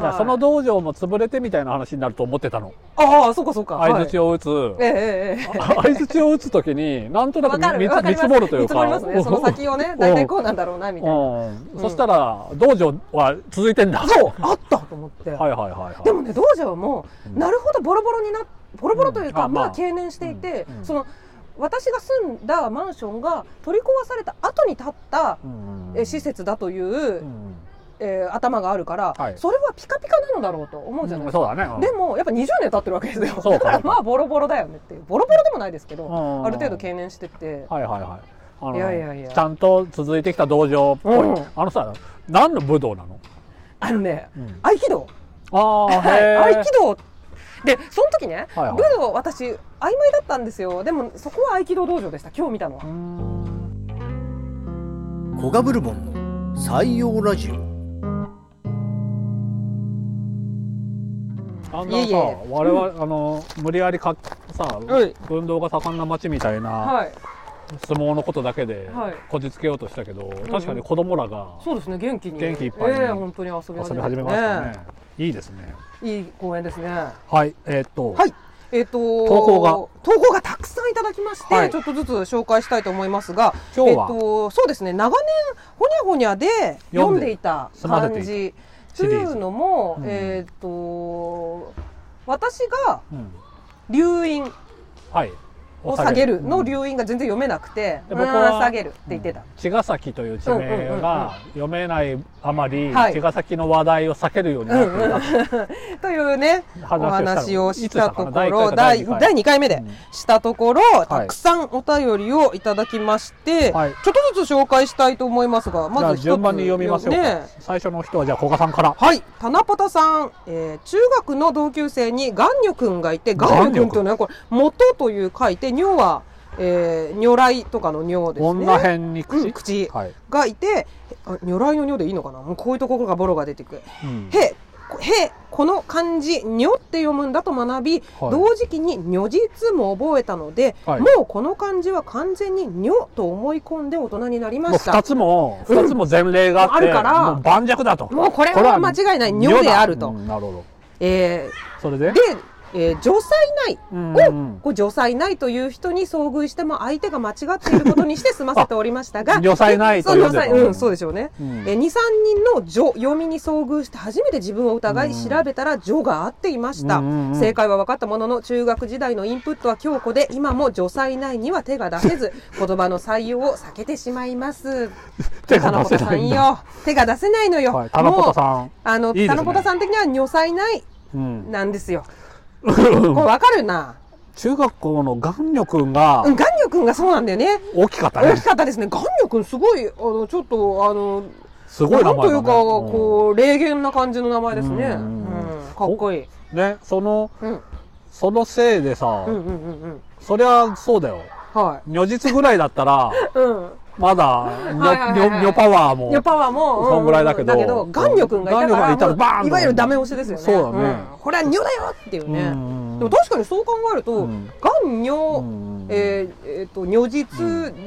Speaker 3: や
Speaker 2: はい
Speaker 3: その道場も潰れてみたいな話になると思ってたの。
Speaker 2: ああそうかそうか
Speaker 3: 相槌
Speaker 2: を、
Speaker 3: を打つ。
Speaker 2: はい、ええええええ
Speaker 3: 相槌を打つときに、なんとなく
Speaker 2: わか
Speaker 3: み
Speaker 2: る
Speaker 3: 見
Speaker 2: わかり
Speaker 3: 積
Speaker 2: ます
Speaker 3: もるという
Speaker 2: 見積も
Speaker 3: か。
Speaker 2: ります ねその先をね大体こうなんだろうなみたいな
Speaker 3: うんそしたら、道場は続いてんだ。
Speaker 2: そうあったと思って、
Speaker 3: はいはいはいはい。
Speaker 2: でもね道場もなるほどボロボロになボロボロというか、
Speaker 3: うんあま
Speaker 2: ま
Speaker 3: あ
Speaker 2: あ経年していて、
Speaker 3: うんうん
Speaker 2: その私が住んだマンションが取り壊された後に建った、
Speaker 3: うん、
Speaker 2: え施設だという、
Speaker 3: うん。
Speaker 2: えー頭があるから、
Speaker 3: はい
Speaker 2: それはピカピカなのだろうと思うじゃないですか、
Speaker 3: そうだね。うん
Speaker 2: でもやっぱ20年経ってるわけですよ
Speaker 3: そう
Speaker 2: だ
Speaker 3: か
Speaker 2: からまあボロボロだよねっていうボロボロでもないですけど
Speaker 3: うん
Speaker 2: ある程度経年してて
Speaker 3: はいはいはい。あの
Speaker 2: いやいやいや
Speaker 3: ちゃんと続いてきた道場っぽい。
Speaker 2: うん
Speaker 3: あのさ、何の武道なの
Speaker 2: あのね
Speaker 3: うん
Speaker 2: 合気道
Speaker 3: ああ、へ
Speaker 2: 合
Speaker 3: え。
Speaker 2: 気道でその時ね
Speaker 3: はいはい
Speaker 2: 武道私曖昧だったんですよでもそこは合気道道場でした今日見たのは
Speaker 4: コガブルボンの採用ラジオ
Speaker 3: あ
Speaker 2: い
Speaker 3: ん
Speaker 2: え
Speaker 3: ないさ、
Speaker 2: え
Speaker 3: 我々、あの、無理やりか、さ、
Speaker 2: はい
Speaker 3: 運動が盛んな町みたいな
Speaker 2: はい
Speaker 3: 相撲のことだけで
Speaker 2: はい
Speaker 3: こじつけようとしたけど、確かに子供らが
Speaker 2: そうですね元気に
Speaker 3: 元気いっぱいに
Speaker 2: ええ本当に遊び
Speaker 3: 遊び始めましたね。いいですね。
Speaker 2: ねいい公園ですね
Speaker 3: はい、えーっと、
Speaker 2: はいえっ、と
Speaker 3: 投稿が
Speaker 2: 投稿がたくさんいただきまして、
Speaker 3: はい
Speaker 2: ちょっとずつ紹介したいと思いますが
Speaker 3: 今日は
Speaker 2: えっとそうですね長年ほにゃほにゃで
Speaker 3: 読
Speaker 2: 読
Speaker 3: ん
Speaker 2: ん
Speaker 3: で
Speaker 2: でいた
Speaker 3: 済ませ
Speaker 2: 感
Speaker 3: ていた
Speaker 2: じ
Speaker 3: シ
Speaker 2: と
Speaker 3: リー
Speaker 2: い
Speaker 3: ズ
Speaker 2: うのも、
Speaker 3: うん
Speaker 2: えっ、と私が
Speaker 3: うん
Speaker 2: 留飲
Speaker 3: はい
Speaker 2: を下げるの
Speaker 3: うん
Speaker 2: 留飲が全然読めなくて、う
Speaker 3: で
Speaker 2: ん、
Speaker 3: 僕は
Speaker 2: 下げるって言ってた、
Speaker 3: 茅ヶ崎という地名が読めないあまり、
Speaker 2: はい
Speaker 3: 茅ヶ崎の話題を避けるようになっていた、
Speaker 2: というねお
Speaker 3: 話
Speaker 2: 話
Speaker 3: を
Speaker 2: を
Speaker 3: し
Speaker 2: したたとこ
Speaker 3: のいつしたの
Speaker 2: ろ第
Speaker 3: 第一回か第二
Speaker 2: 第2回
Speaker 3: 回
Speaker 2: 目で
Speaker 3: うん
Speaker 2: したところ、
Speaker 3: い
Speaker 2: たくさんお便りをいただきまして、
Speaker 3: はい
Speaker 2: ちょっとずつ紹介したいと思いますが
Speaker 3: じゃ
Speaker 2: まず
Speaker 3: あ
Speaker 2: 一つ
Speaker 3: 順番に読みましょうか、
Speaker 2: ね
Speaker 3: 最初の人はじゃあ古賀さんから
Speaker 2: はい、タナポタさん、えー中学の同級生にガンニョ君がいて、ガンニョ君というのはこれ、元という書いて、尿は、えー、如来とかの尿ですね。
Speaker 3: 女編に口、
Speaker 2: うん口
Speaker 3: はい、
Speaker 2: がいて、あ如来の尿でいいのかなもうこういうところがボロが出てくる。
Speaker 3: うん
Speaker 2: へ、へ、この漢字、にょって読むんだと学び、
Speaker 3: はい
Speaker 2: 同時期に如実も覚えたので、
Speaker 3: はい
Speaker 2: もうこの漢字は完全ににょと思い込んで大人になりま
Speaker 3: もう
Speaker 2: した
Speaker 3: 二。つも二つも前例があって、
Speaker 2: あるから
Speaker 3: もう盤石だと
Speaker 2: もうこれは間違いない
Speaker 3: 女だ
Speaker 2: 女であると
Speaker 3: うんなるほど
Speaker 2: え
Speaker 3: それで
Speaker 2: ーで、えー女才ない
Speaker 3: うん
Speaker 2: をこう女才ないという人に遭遇しても相手が間違っていることにして済ませておりましたが
Speaker 3: 女才ないと
Speaker 2: そう
Speaker 3: 読
Speaker 2: 女
Speaker 3: んでた
Speaker 2: 才うんそうでしょうね、
Speaker 3: うん
Speaker 2: えー、23人の女読みに遭遇して初めて自分を疑い、
Speaker 3: うん
Speaker 2: 調べたら女が合っていました、
Speaker 3: うんうんうん
Speaker 2: 正解は分かったものの中学時代のインプットは強固で今も女才ないには手が出せ ず言葉の採用を避けてしまいます
Speaker 3: 手が出せないん
Speaker 2: 田
Speaker 3: だ
Speaker 2: 中さんよ手が出せないのよ、
Speaker 3: はい田中
Speaker 2: もう
Speaker 3: さん
Speaker 2: あの
Speaker 3: いいですね
Speaker 2: 田中さん的には女才ない
Speaker 3: うん
Speaker 2: なんですよこれ分かるな
Speaker 3: 中学校の眼力が
Speaker 2: うん、ガンニョ君がそうなんだよね。
Speaker 3: 大きかった
Speaker 2: 大
Speaker 3: ね
Speaker 2: き。かったですね。ガンニョ君すごい、あの、ちょっと、あの、
Speaker 3: すごい名
Speaker 2: なんと
Speaker 3: 前
Speaker 2: い
Speaker 3: だ
Speaker 2: う
Speaker 3: ね。
Speaker 2: か、こう、霊言な感じの名前ですね。
Speaker 3: う
Speaker 2: うんん、かっこいい。
Speaker 3: うんね、その、
Speaker 2: うん、
Speaker 3: そのせいでさ、
Speaker 2: うん、うん、うん、うん。
Speaker 3: そりゃそうだよ。
Speaker 2: は
Speaker 3: 如実ぐらいだっ たら、
Speaker 2: い。うん。
Speaker 3: まだ、にょ
Speaker 2: はいはいはいはい
Speaker 3: にょパワーも。
Speaker 2: ニョパワーも、うん
Speaker 3: そんぐらいだけど
Speaker 2: だけど、ガンニョ君がいたか
Speaker 3: ガンニョ君が
Speaker 2: ら、
Speaker 3: いたら
Speaker 2: もう
Speaker 3: バーンと
Speaker 2: いわゆるダメ押しですよね。
Speaker 3: そうだね
Speaker 2: んこれはニョだよっていう
Speaker 3: うんう
Speaker 2: ね。
Speaker 3: んうん
Speaker 2: でも確かにそう考えると、
Speaker 3: うん
Speaker 2: ガンニョ、
Speaker 3: うん
Speaker 2: えーえーと如実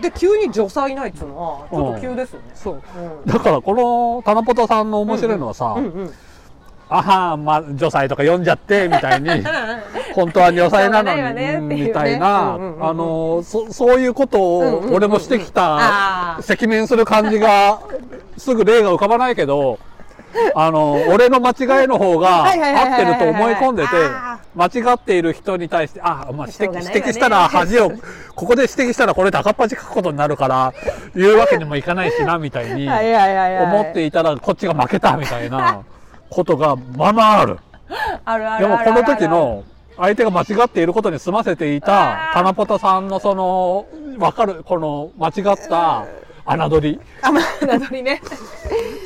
Speaker 2: で急に女才ないっていうのはちょっと急ですよね。
Speaker 3: そう。
Speaker 2: うん
Speaker 3: だから、この、タナポタさんの面白いのはさ、
Speaker 2: うんうん
Speaker 3: あはん、ま、女才とか読んじゃって、みた いに、本当は女才なの
Speaker 2: そうだよねっていう
Speaker 3: に、
Speaker 2: ね
Speaker 3: みたいな、あ
Speaker 2: うんうんうんうん
Speaker 3: の、そ、そういうこと
Speaker 2: うんうんうん
Speaker 3: を
Speaker 2: うん
Speaker 3: 俺もしてき
Speaker 2: あ
Speaker 3: た、
Speaker 2: ー
Speaker 3: 赤面する感 じが、すぐ例が浮かばないけど、あの、俺の間違いの方が合
Speaker 2: はいはいはい
Speaker 3: っ
Speaker 2: はい
Speaker 3: て
Speaker 2: はい
Speaker 3: ると思い込んでて
Speaker 2: あ、
Speaker 3: 間違っている人に対して、あ、まあ、
Speaker 2: しょうがない
Speaker 3: 指摘
Speaker 2: わね
Speaker 3: 指摘したら 恥を、ここで指摘したらこれ高っ端書くことになるから、言うわけにもいかないしな、みたいに。
Speaker 2: はいはいはいはい
Speaker 3: 思っていたらこっちが負けたみたいなことがまあまあある。
Speaker 2: あるあ
Speaker 3: で
Speaker 2: る
Speaker 3: も
Speaker 2: ある
Speaker 3: こ
Speaker 2: あ
Speaker 3: の
Speaker 2: る
Speaker 3: 時の相手が間違っていることに済ませていたタナポタさんのそのわかるこの間違った侮り
Speaker 2: あまあなどり ね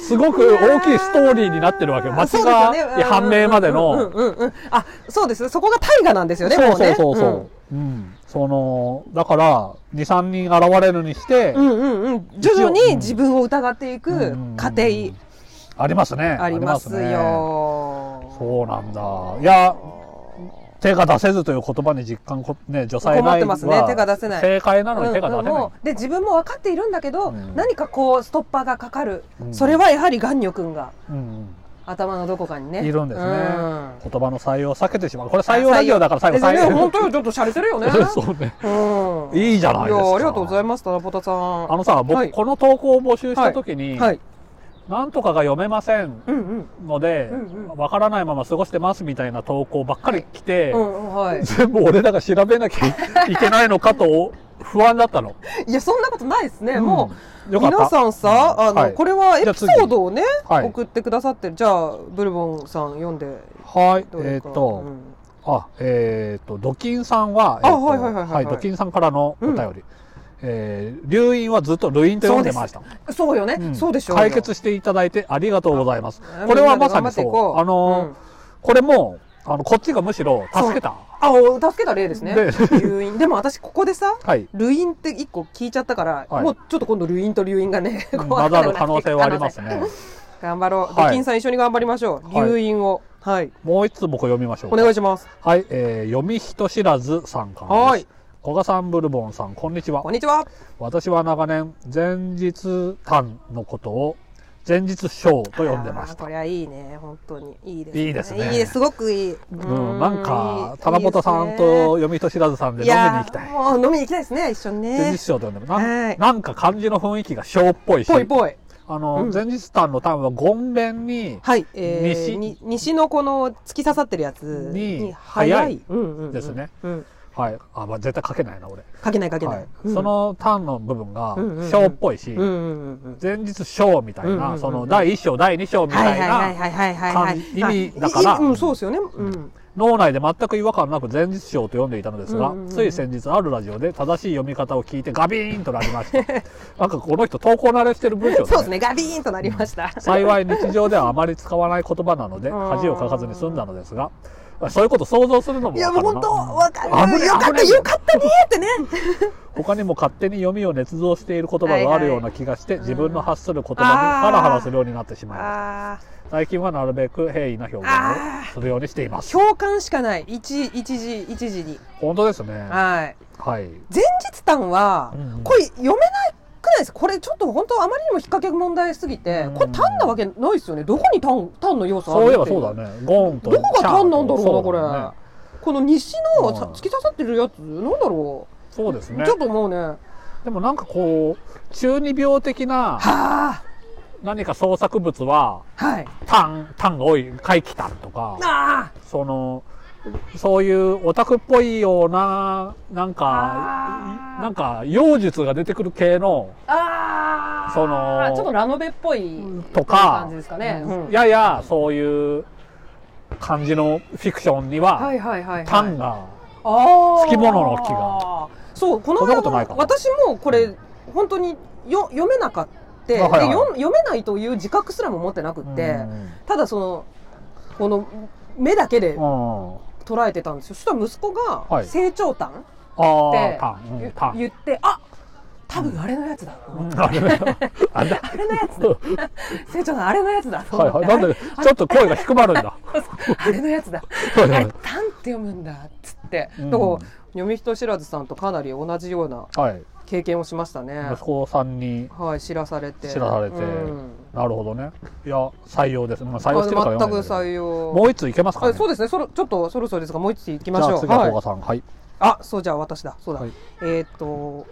Speaker 3: すごく大きいストーリーになってるわけよ間
Speaker 2: そうですよねうんうんうん
Speaker 3: 違い判明まで
Speaker 2: うん
Speaker 3: の。
Speaker 2: うんうんあそうですそこが大河なんですよね
Speaker 3: そうそうそうそ
Speaker 2: も
Speaker 3: う。うん、そのだから23人現れるにして、
Speaker 2: うねうんうんうんうん徐々に自分を疑っていく過程
Speaker 3: ありますね
Speaker 2: あります
Speaker 3: ありね
Speaker 2: よ
Speaker 3: そうなんだ。いや、手が出せずという言葉に実感こ、ね、女才
Speaker 2: 困
Speaker 3: な
Speaker 2: っ
Speaker 3: い
Speaker 2: て
Speaker 3: は
Speaker 2: ますね手が出せない
Speaker 3: 正解なのに手が出
Speaker 2: う
Speaker 3: せ
Speaker 2: ん
Speaker 3: ない。
Speaker 2: もうで自分も分かっているんだけど、
Speaker 3: うん
Speaker 2: 何かこうストッパーがかかる、
Speaker 3: うん
Speaker 2: それはやはり岩女君が
Speaker 3: うん
Speaker 2: 頭のどこかに
Speaker 3: う
Speaker 2: ね
Speaker 3: んいるんですね。
Speaker 2: う
Speaker 3: 言
Speaker 2: ん
Speaker 3: 葉の採用を避けてしまう。これ採用ラジオだから最後
Speaker 2: ですね
Speaker 3: 採用。
Speaker 2: 本当にちょっと洒落てるよね
Speaker 3: そうね。
Speaker 2: うん
Speaker 3: いいじゃないですか
Speaker 2: やありがとうございます、タラポタさん。
Speaker 3: あのさ、僕、
Speaker 2: はい
Speaker 3: この投稿を募集した時に、
Speaker 2: はい。
Speaker 3: なんとかが読めません
Speaker 2: うんうん。
Speaker 3: ので
Speaker 2: うんうん、
Speaker 3: わ、からないまま過ごしてますみたいな投稿ばっかり来て、
Speaker 2: うんうん、はい。
Speaker 3: 全部俺らが調べなきゃいけないのかと不安だったの。
Speaker 2: いや、そんなことないですね。も
Speaker 3: うん
Speaker 2: う、
Speaker 3: よかった
Speaker 2: 皆さんさ、あの、
Speaker 3: はい
Speaker 2: これはエピソードをね、
Speaker 3: 次はい
Speaker 2: 送ってくださってる。じゃあ、ブルボンさん読んで
Speaker 3: はい。
Speaker 2: ど
Speaker 3: え
Speaker 2: れ
Speaker 3: っ、
Speaker 2: か。
Speaker 3: と、
Speaker 2: うん
Speaker 3: あ、えっ、と、ドキンさんは、
Speaker 2: あ
Speaker 3: えーと
Speaker 2: はいはいはいはいはい
Speaker 3: ドキンさんからのお便り。えー、留飲はずっと留飲と読んでました。
Speaker 2: そうよね、
Speaker 3: うん
Speaker 2: そうでしょうよ。
Speaker 3: 解決していただいてありがとうございます
Speaker 2: あ。
Speaker 3: これはまさに
Speaker 2: みんなで頑張っていこ
Speaker 3: そう。
Speaker 2: う
Speaker 3: あのー、
Speaker 2: うん
Speaker 3: これも、あの、こっちがむしろ助けた。
Speaker 2: あ、お助けた例ですね
Speaker 3: で。
Speaker 2: 留飲。でも私、ここでさ、
Speaker 3: はい。
Speaker 2: ルインって一個聞いちゃったから、
Speaker 3: はい
Speaker 2: もうちょっと今度ルインと留飲がね、 こう
Speaker 3: 混ざる可能性はありますね。
Speaker 2: 頑張ろう。
Speaker 3: はい
Speaker 2: ドキンさん一緒に頑張りましょう。
Speaker 3: はい
Speaker 2: 留飲を。はい。
Speaker 3: もう一つ僕読みましょう
Speaker 2: お
Speaker 3: か。
Speaker 2: 願いします。
Speaker 3: はい、えー、読み人知らずさんから
Speaker 2: は
Speaker 3: です
Speaker 2: い。
Speaker 3: 古賀さん、ブルボンさん、こんにちは
Speaker 2: こん。にちは。
Speaker 3: 私は長年、前日間のことを、前日賞と呼んでまし
Speaker 2: あー
Speaker 3: た
Speaker 2: こ。れはいいね、本当に。いいです
Speaker 3: いいですね
Speaker 2: いいです、すごくいい。う
Speaker 3: うん、なんか、
Speaker 2: いい
Speaker 3: タラポタさんと読み人知らずさんで
Speaker 2: いい
Speaker 3: 飲みに
Speaker 2: やー
Speaker 3: 行きたい。
Speaker 2: もう飲みに行きたいですね、一緒に
Speaker 3: 前
Speaker 2: ね
Speaker 3: 日。賞と呼んでも、な
Speaker 2: は
Speaker 3: ん
Speaker 2: い
Speaker 3: なんか漢字の雰囲気が賞っぽいし、
Speaker 2: ぽいぽい。
Speaker 3: あの、
Speaker 2: うん
Speaker 3: 前日譚の譚は権弁に
Speaker 2: はい、えー、
Speaker 3: 西
Speaker 2: 西西のこの突き刺さってるやつ
Speaker 3: に
Speaker 2: 早
Speaker 3: 早
Speaker 2: い
Speaker 3: い
Speaker 2: うんうんうん
Speaker 3: ですね
Speaker 2: うん
Speaker 3: はいあ、まあ、絶対書けないな俺、
Speaker 2: かけないかけない、
Speaker 3: はい
Speaker 2: うん
Speaker 3: その譚の部分が
Speaker 2: うんうんうん
Speaker 3: 章っぽいし、
Speaker 2: うんうんうん
Speaker 3: 前日章みたいな、
Speaker 2: うんうんうん
Speaker 3: その第1章第2章み
Speaker 2: はい
Speaker 3: たい
Speaker 2: は
Speaker 3: な、
Speaker 2: いはいはいはいはいはい
Speaker 3: 感意味だから
Speaker 2: いいうん、そうですよねうん
Speaker 3: 脳内で全く違和感なく前日章と読んでいたのです
Speaker 2: う
Speaker 3: が、
Speaker 2: んうんうん
Speaker 3: つい先日あるラジオで正しい読み方を聞いてガビーンとなり ましたなんかこの人投稿慣れしてる文章
Speaker 2: そう
Speaker 3: だ
Speaker 2: ですねガビーンとなりました
Speaker 3: 幸い日常ではあまり使わない言葉なので
Speaker 2: うん
Speaker 3: 恥をかかずに済んだのですがそういうこと想像するのも
Speaker 2: いやもう本当
Speaker 3: わ
Speaker 2: わ
Speaker 3: か
Speaker 2: か
Speaker 3: る
Speaker 2: る
Speaker 3: なうん危ない
Speaker 2: よかっ
Speaker 3: 危な
Speaker 2: た
Speaker 3: い
Speaker 2: よかったねってね
Speaker 3: 他にも勝手に読みを捏造している言葉があるような気がして、
Speaker 2: い
Speaker 3: 自分の発する言葉にハラハラするようになってしまいまし
Speaker 2: ああ
Speaker 3: た最近はなるべく平易な表現
Speaker 2: あ
Speaker 3: をするようにしています
Speaker 2: 共感しかない一一時一時に
Speaker 3: 本当ですねは
Speaker 2: はい
Speaker 3: い、
Speaker 2: 前日譚は、
Speaker 3: うんうん
Speaker 2: これ読めないくないですかこれちょっと本当あまりにも引っ掛け問題すぎて、
Speaker 3: うん
Speaker 2: これ単なわけないですよねどこに単単の要素ある
Speaker 3: そういえば
Speaker 2: ってい
Speaker 3: そうだねゴーンと
Speaker 2: どこが単なんだろうな
Speaker 3: そう
Speaker 2: これ、
Speaker 3: だね
Speaker 2: この西のさ
Speaker 3: うん
Speaker 2: 突き刺さってるやつなんだろ
Speaker 3: そうです
Speaker 2: う、
Speaker 3: ね
Speaker 2: ちょっともうねは
Speaker 3: でもなんかこう中二病的な
Speaker 2: あ
Speaker 3: 何か創作物は
Speaker 2: はい
Speaker 3: タンタンが多い回帰タンとか
Speaker 2: あ
Speaker 3: そのそういうオタクっぽいようななんか
Speaker 2: あー
Speaker 3: なんか妖術が出てくる系の
Speaker 2: あああ
Speaker 3: その
Speaker 2: ちょっとラノベっぽい
Speaker 3: とか
Speaker 2: 感じですかね、うん
Speaker 3: ややそういう感じのフィクションに
Speaker 2: は
Speaker 3: はい
Speaker 2: はいはい、はい、
Speaker 3: タンが
Speaker 2: あー
Speaker 3: 付き物の木が
Speaker 2: そうこの
Speaker 3: そんな
Speaker 2: 間
Speaker 3: こと
Speaker 2: も
Speaker 3: ないかな
Speaker 2: 私もこれ本当によ読めなかったで
Speaker 3: あはいはい
Speaker 2: 読読めないという自覚すらも持ってなくって、ただそのこの目だけで
Speaker 3: うんうん
Speaker 2: 捉えてたんですよそしたら息子
Speaker 3: は
Speaker 2: が「
Speaker 3: い
Speaker 2: 成長譚」
Speaker 3: あー
Speaker 2: で
Speaker 3: タンうん
Speaker 2: ゆ
Speaker 3: タン
Speaker 2: 言って「あ多分あれのやつだ」
Speaker 3: あれねあれね
Speaker 2: あれのやつだ成長譚あれのやつだ」
Speaker 3: はいはい。なんで、ちょっと声が低まるんだ。
Speaker 2: あれのやつだ。
Speaker 3: は
Speaker 2: あ
Speaker 3: いはい
Speaker 2: れ、タンって読むんだっつって、
Speaker 3: うん
Speaker 2: だから読み人知らずさんとかなり同じような
Speaker 3: はい。
Speaker 2: 経験をしましたね。
Speaker 3: 息子さんに
Speaker 2: はい、知らされて。
Speaker 3: 知らされて
Speaker 2: うん、
Speaker 3: なるほどね。いや、採用です。まあ、採
Speaker 2: あ
Speaker 3: 用してるか
Speaker 2: 全
Speaker 3: ら
Speaker 2: く
Speaker 3: 読んでるけど
Speaker 2: 採用。
Speaker 3: もう一通いけますか
Speaker 2: あ
Speaker 3: ね。
Speaker 2: そうですね。そろちょっとそろそろですが、もう一つ行き
Speaker 3: じ
Speaker 2: まし
Speaker 3: ゃ
Speaker 2: ょ
Speaker 3: あ
Speaker 2: う。
Speaker 3: 次は
Speaker 2: は
Speaker 3: 甲
Speaker 2: い
Speaker 3: 賀さん。はい。
Speaker 2: あ、そうじゃあ私だ。そうだ。
Speaker 3: はい
Speaker 2: えーっと、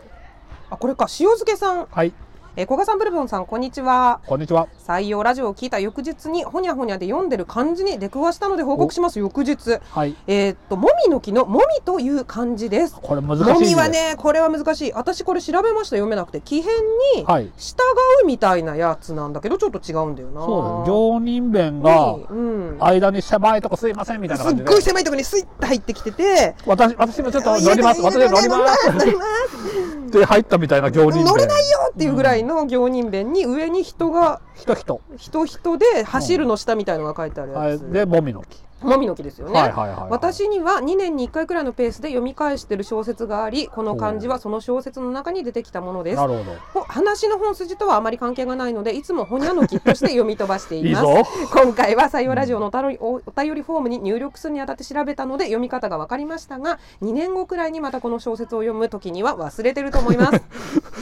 Speaker 2: あこれか塩漬けさん、
Speaker 3: はい。
Speaker 2: えー、小賀さんブルボンさんこんにちは。
Speaker 3: こんにちは。
Speaker 2: 採用ラジオを聞いた翌日にほにゃほにゃで読んでる漢字に出くわしたので報告します。翌日。
Speaker 3: はい。
Speaker 2: えーっと、もみの木のもみという漢字です。
Speaker 3: これ難しい。
Speaker 2: もみは。ね、これは難しい。私これ調べました。読めなくて。木偏に
Speaker 3: はい。
Speaker 2: 従うみたいなやつなんだけど、ちょっと違うんだよな。
Speaker 3: そうです。行人弁が、
Speaker 2: にうん、
Speaker 3: 間に狭いとこすいませんみたいな
Speaker 2: す
Speaker 3: 感
Speaker 2: っ
Speaker 3: じで
Speaker 2: ご。い狭いところにスイッと入ってきてて
Speaker 3: 私、私もちょっと乗ります。
Speaker 2: いや
Speaker 3: 私乗ります。
Speaker 2: 乗ります
Speaker 3: で入ったみたいな行人弁。
Speaker 2: 乗れないよっていうぐらいの行人弁に上に人が
Speaker 3: 人人。
Speaker 2: 人人で走るの下みたいのが書いてある
Speaker 3: は
Speaker 2: や
Speaker 3: い。
Speaker 2: つ、
Speaker 3: で、もみの木。
Speaker 2: もみの木ですよね、
Speaker 3: はいはいはいはい。
Speaker 2: 私には2年に1回くらいのペースで読み返してる小説がありこの漢字はその小説の中に出てきたものです
Speaker 3: なるほど。
Speaker 2: ほ話の本筋とはあまり関係がないのでいつもほにゃのきとして読み飛ばして
Speaker 3: い
Speaker 2: い
Speaker 3: い
Speaker 2: ます
Speaker 3: ぞ。
Speaker 2: 今回は採用ラジオのおたろいおお便りフォームに入力するにあたって調べたので読み方が分かりましたが2年後くらいにまたこの小説を読む時には忘れてると思います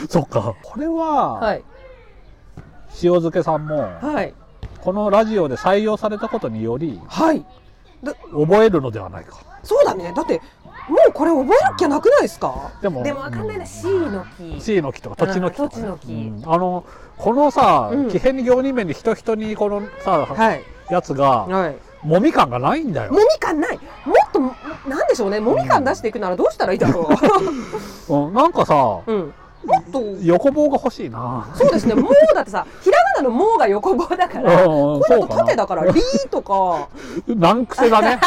Speaker 3: そっか。これ は、
Speaker 2: い
Speaker 3: 塩漬けさんも、
Speaker 2: はい
Speaker 3: このラジオで採用されたことにより
Speaker 2: はい
Speaker 3: 覚えるのではないか
Speaker 2: そうだねだってもうこれ覚えなきゃなくないですか
Speaker 3: でも
Speaker 2: でも分かんないな C の木
Speaker 3: 地位の木とか土地の木とか
Speaker 2: 土地の木
Speaker 3: うんあのこのさ
Speaker 2: うん
Speaker 3: 木偏に行人面に人人にこのさ、
Speaker 2: はい
Speaker 3: やつが
Speaker 2: はい
Speaker 3: もみ感がないんだよ
Speaker 2: もみ感ないもっともなんでしょうねもみ感出していくならどうしたらいいだろ
Speaker 3: うん、なんかさ
Speaker 2: う、うん、もっと
Speaker 3: 横棒が欲しいな
Speaker 2: そうですねもうだってさひらがなの「もう」が横棒だか
Speaker 3: う
Speaker 2: ら
Speaker 3: ん
Speaker 2: これだと
Speaker 3: そうか
Speaker 2: 縦だから「り」とか
Speaker 3: な難癖 だね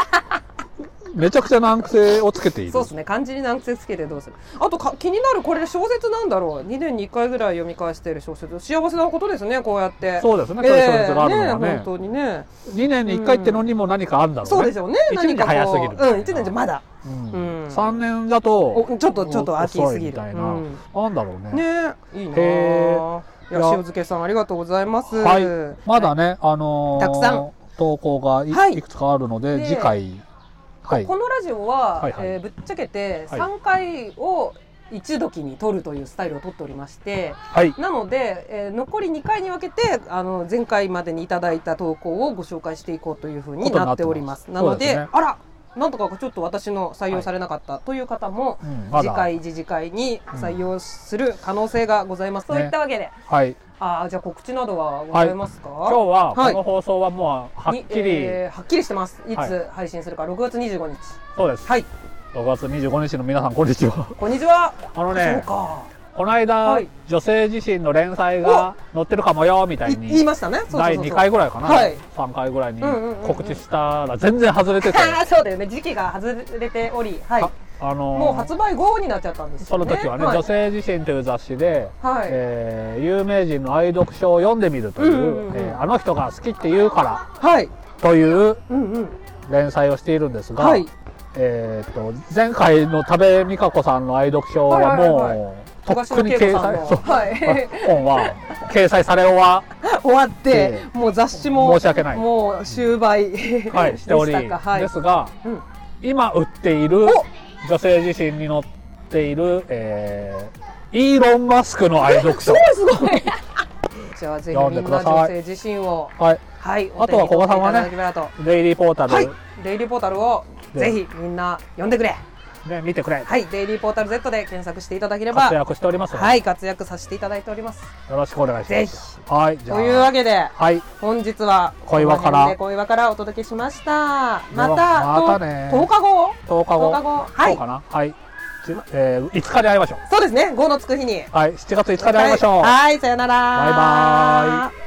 Speaker 3: めちゃくちゃ難癖をつけている
Speaker 2: そうですね漢字に難癖つけてどうするあとか気になるこれ小説なんだろう2年に1回ぐらい読み返している小説幸せなことですねこうやって
Speaker 3: そうですね、
Speaker 2: え
Speaker 3: そういう
Speaker 2: え
Speaker 3: 小説があるのは
Speaker 2: ね
Speaker 3: ね
Speaker 2: え本当にね
Speaker 3: 2年に1回ってのにも何かあるんだろうね、
Speaker 2: そうでしょうね
Speaker 3: 一
Speaker 2: 何
Speaker 3: 年
Speaker 2: かこう
Speaker 3: 早すぎ
Speaker 2: う
Speaker 3: る
Speaker 2: ん1年じゃまだ
Speaker 3: うん
Speaker 2: うん
Speaker 3: 3年だと
Speaker 2: おちょっとちょっと飽きすぎる
Speaker 3: 遅いみたいな、
Speaker 2: うん
Speaker 3: なんだろうね
Speaker 2: ねえいいなあ
Speaker 3: へ
Speaker 2: い
Speaker 3: え
Speaker 2: や塩漬けさんありがとうございます
Speaker 3: はいまだね、あのー
Speaker 2: たくさん
Speaker 3: 投稿がい,、
Speaker 2: はい
Speaker 3: くつかあるので
Speaker 2: で
Speaker 3: 次回はい
Speaker 2: このラジオは、
Speaker 3: はいはい
Speaker 2: えーぶっちゃけて
Speaker 3: はい
Speaker 2: 3回を一時に撮るというスタイルを取っておりまして、
Speaker 3: はい
Speaker 2: なので、えー残り2回に分けてあの前回までにいただいた投稿をご紹介していこうというふうになっております。
Speaker 3: こと
Speaker 2: な
Speaker 3: にな
Speaker 2: の
Speaker 3: ってま
Speaker 2: で
Speaker 3: すそうですね
Speaker 2: あらなんとかちょっと私の採用されなかったという方も、
Speaker 3: うんまだ
Speaker 2: 次回次次回に採用する可能性がございます。
Speaker 3: うん
Speaker 2: といったわけで、
Speaker 3: はい
Speaker 2: ああじゃあ告知などはございますか、
Speaker 3: 今日はこ
Speaker 2: はい
Speaker 3: の放送はもうはっき
Speaker 2: に
Speaker 3: り、
Speaker 2: えーはっきりしてますい
Speaker 3: は
Speaker 2: つ配信するか、6月25日
Speaker 3: そうです、
Speaker 2: はい
Speaker 3: 6月25日の皆さんこんにちは
Speaker 2: こんにちは
Speaker 3: あの
Speaker 2: そう
Speaker 3: ね
Speaker 2: か
Speaker 3: この間、
Speaker 2: はい
Speaker 3: 女性自身の連載が載ってるかもよみた
Speaker 2: い
Speaker 3: い
Speaker 2: 言い
Speaker 3: に
Speaker 2: ましたねそうそうそう
Speaker 3: 第
Speaker 2: そう
Speaker 3: 2回ぐらいかな、
Speaker 2: はい
Speaker 3: 3回ぐらいに
Speaker 2: うんうんうんうん
Speaker 3: 告知したら全然外れ てて、
Speaker 2: あーそうだよね時期が外れておりはい
Speaker 3: ああのー
Speaker 2: もう発売後になっちゃったんです
Speaker 3: そ
Speaker 2: よ
Speaker 3: の
Speaker 2: ね
Speaker 3: 時はね
Speaker 2: い
Speaker 3: 「女性自身」という雑誌で、
Speaker 2: はい
Speaker 3: えー有名人の愛読書を読んでみるという,、
Speaker 2: うんうんうん
Speaker 3: えーあの人が好きって言うから
Speaker 2: はい」
Speaker 3: という
Speaker 2: うんうん
Speaker 3: 連載をしているんですが、
Speaker 2: はい
Speaker 3: えー、と前回の多部未華子さんの愛読書は
Speaker 2: はいはい
Speaker 3: もうとっ
Speaker 2: 東
Speaker 3: く
Speaker 2: 野
Speaker 3: に
Speaker 2: 圭
Speaker 3: 掲
Speaker 2: 吾さん
Speaker 3: 載
Speaker 2: の
Speaker 3: そう
Speaker 2: はい
Speaker 3: 本は掲載され終わ
Speaker 2: 終わって、
Speaker 3: え
Speaker 2: もう雑誌も
Speaker 3: 申し訳ない
Speaker 2: もう終 売、
Speaker 3: はい、しており
Speaker 2: でしたかはい
Speaker 3: ですが、
Speaker 2: うん
Speaker 3: 今売っている女性自身に載っている、えーイーロン・マスクの愛読
Speaker 2: す
Speaker 3: 書。
Speaker 2: ごい じゃあぜひみ
Speaker 3: 読ん
Speaker 2: ん
Speaker 3: で
Speaker 2: な
Speaker 3: ください
Speaker 2: 女性自身を
Speaker 3: はい、
Speaker 2: はい
Speaker 3: あとは
Speaker 2: お手に取って
Speaker 3: 古賀さんはね
Speaker 2: いただければと
Speaker 3: デイリーポータル、
Speaker 2: はいデイリーポータルを
Speaker 3: で
Speaker 2: ぜひみんな読んでくれ
Speaker 3: ね、見てくれ、
Speaker 2: はいデイリーポータル Z で検索していただければ
Speaker 3: 活躍しておりますので、
Speaker 2: はい活躍させていただいております
Speaker 3: よろしくお願いし
Speaker 2: ぜ
Speaker 3: ま
Speaker 2: ひ
Speaker 3: す。はい、じゃあ
Speaker 2: というわけで
Speaker 3: はい、
Speaker 2: 本日は
Speaker 3: 小岩か
Speaker 2: こ
Speaker 3: ら
Speaker 2: の辺で小岩からお届けしましたま
Speaker 3: では
Speaker 2: た
Speaker 3: またね
Speaker 2: 10日後
Speaker 3: 10日後、
Speaker 2: 10日後はい
Speaker 3: そうかな、はい、じえー、5日で会いましょう。
Speaker 2: そうですね5のつく日に
Speaker 3: はい、7月5日で会いましょう。
Speaker 2: はい、さよなら。
Speaker 3: バイバ
Speaker 2: イ。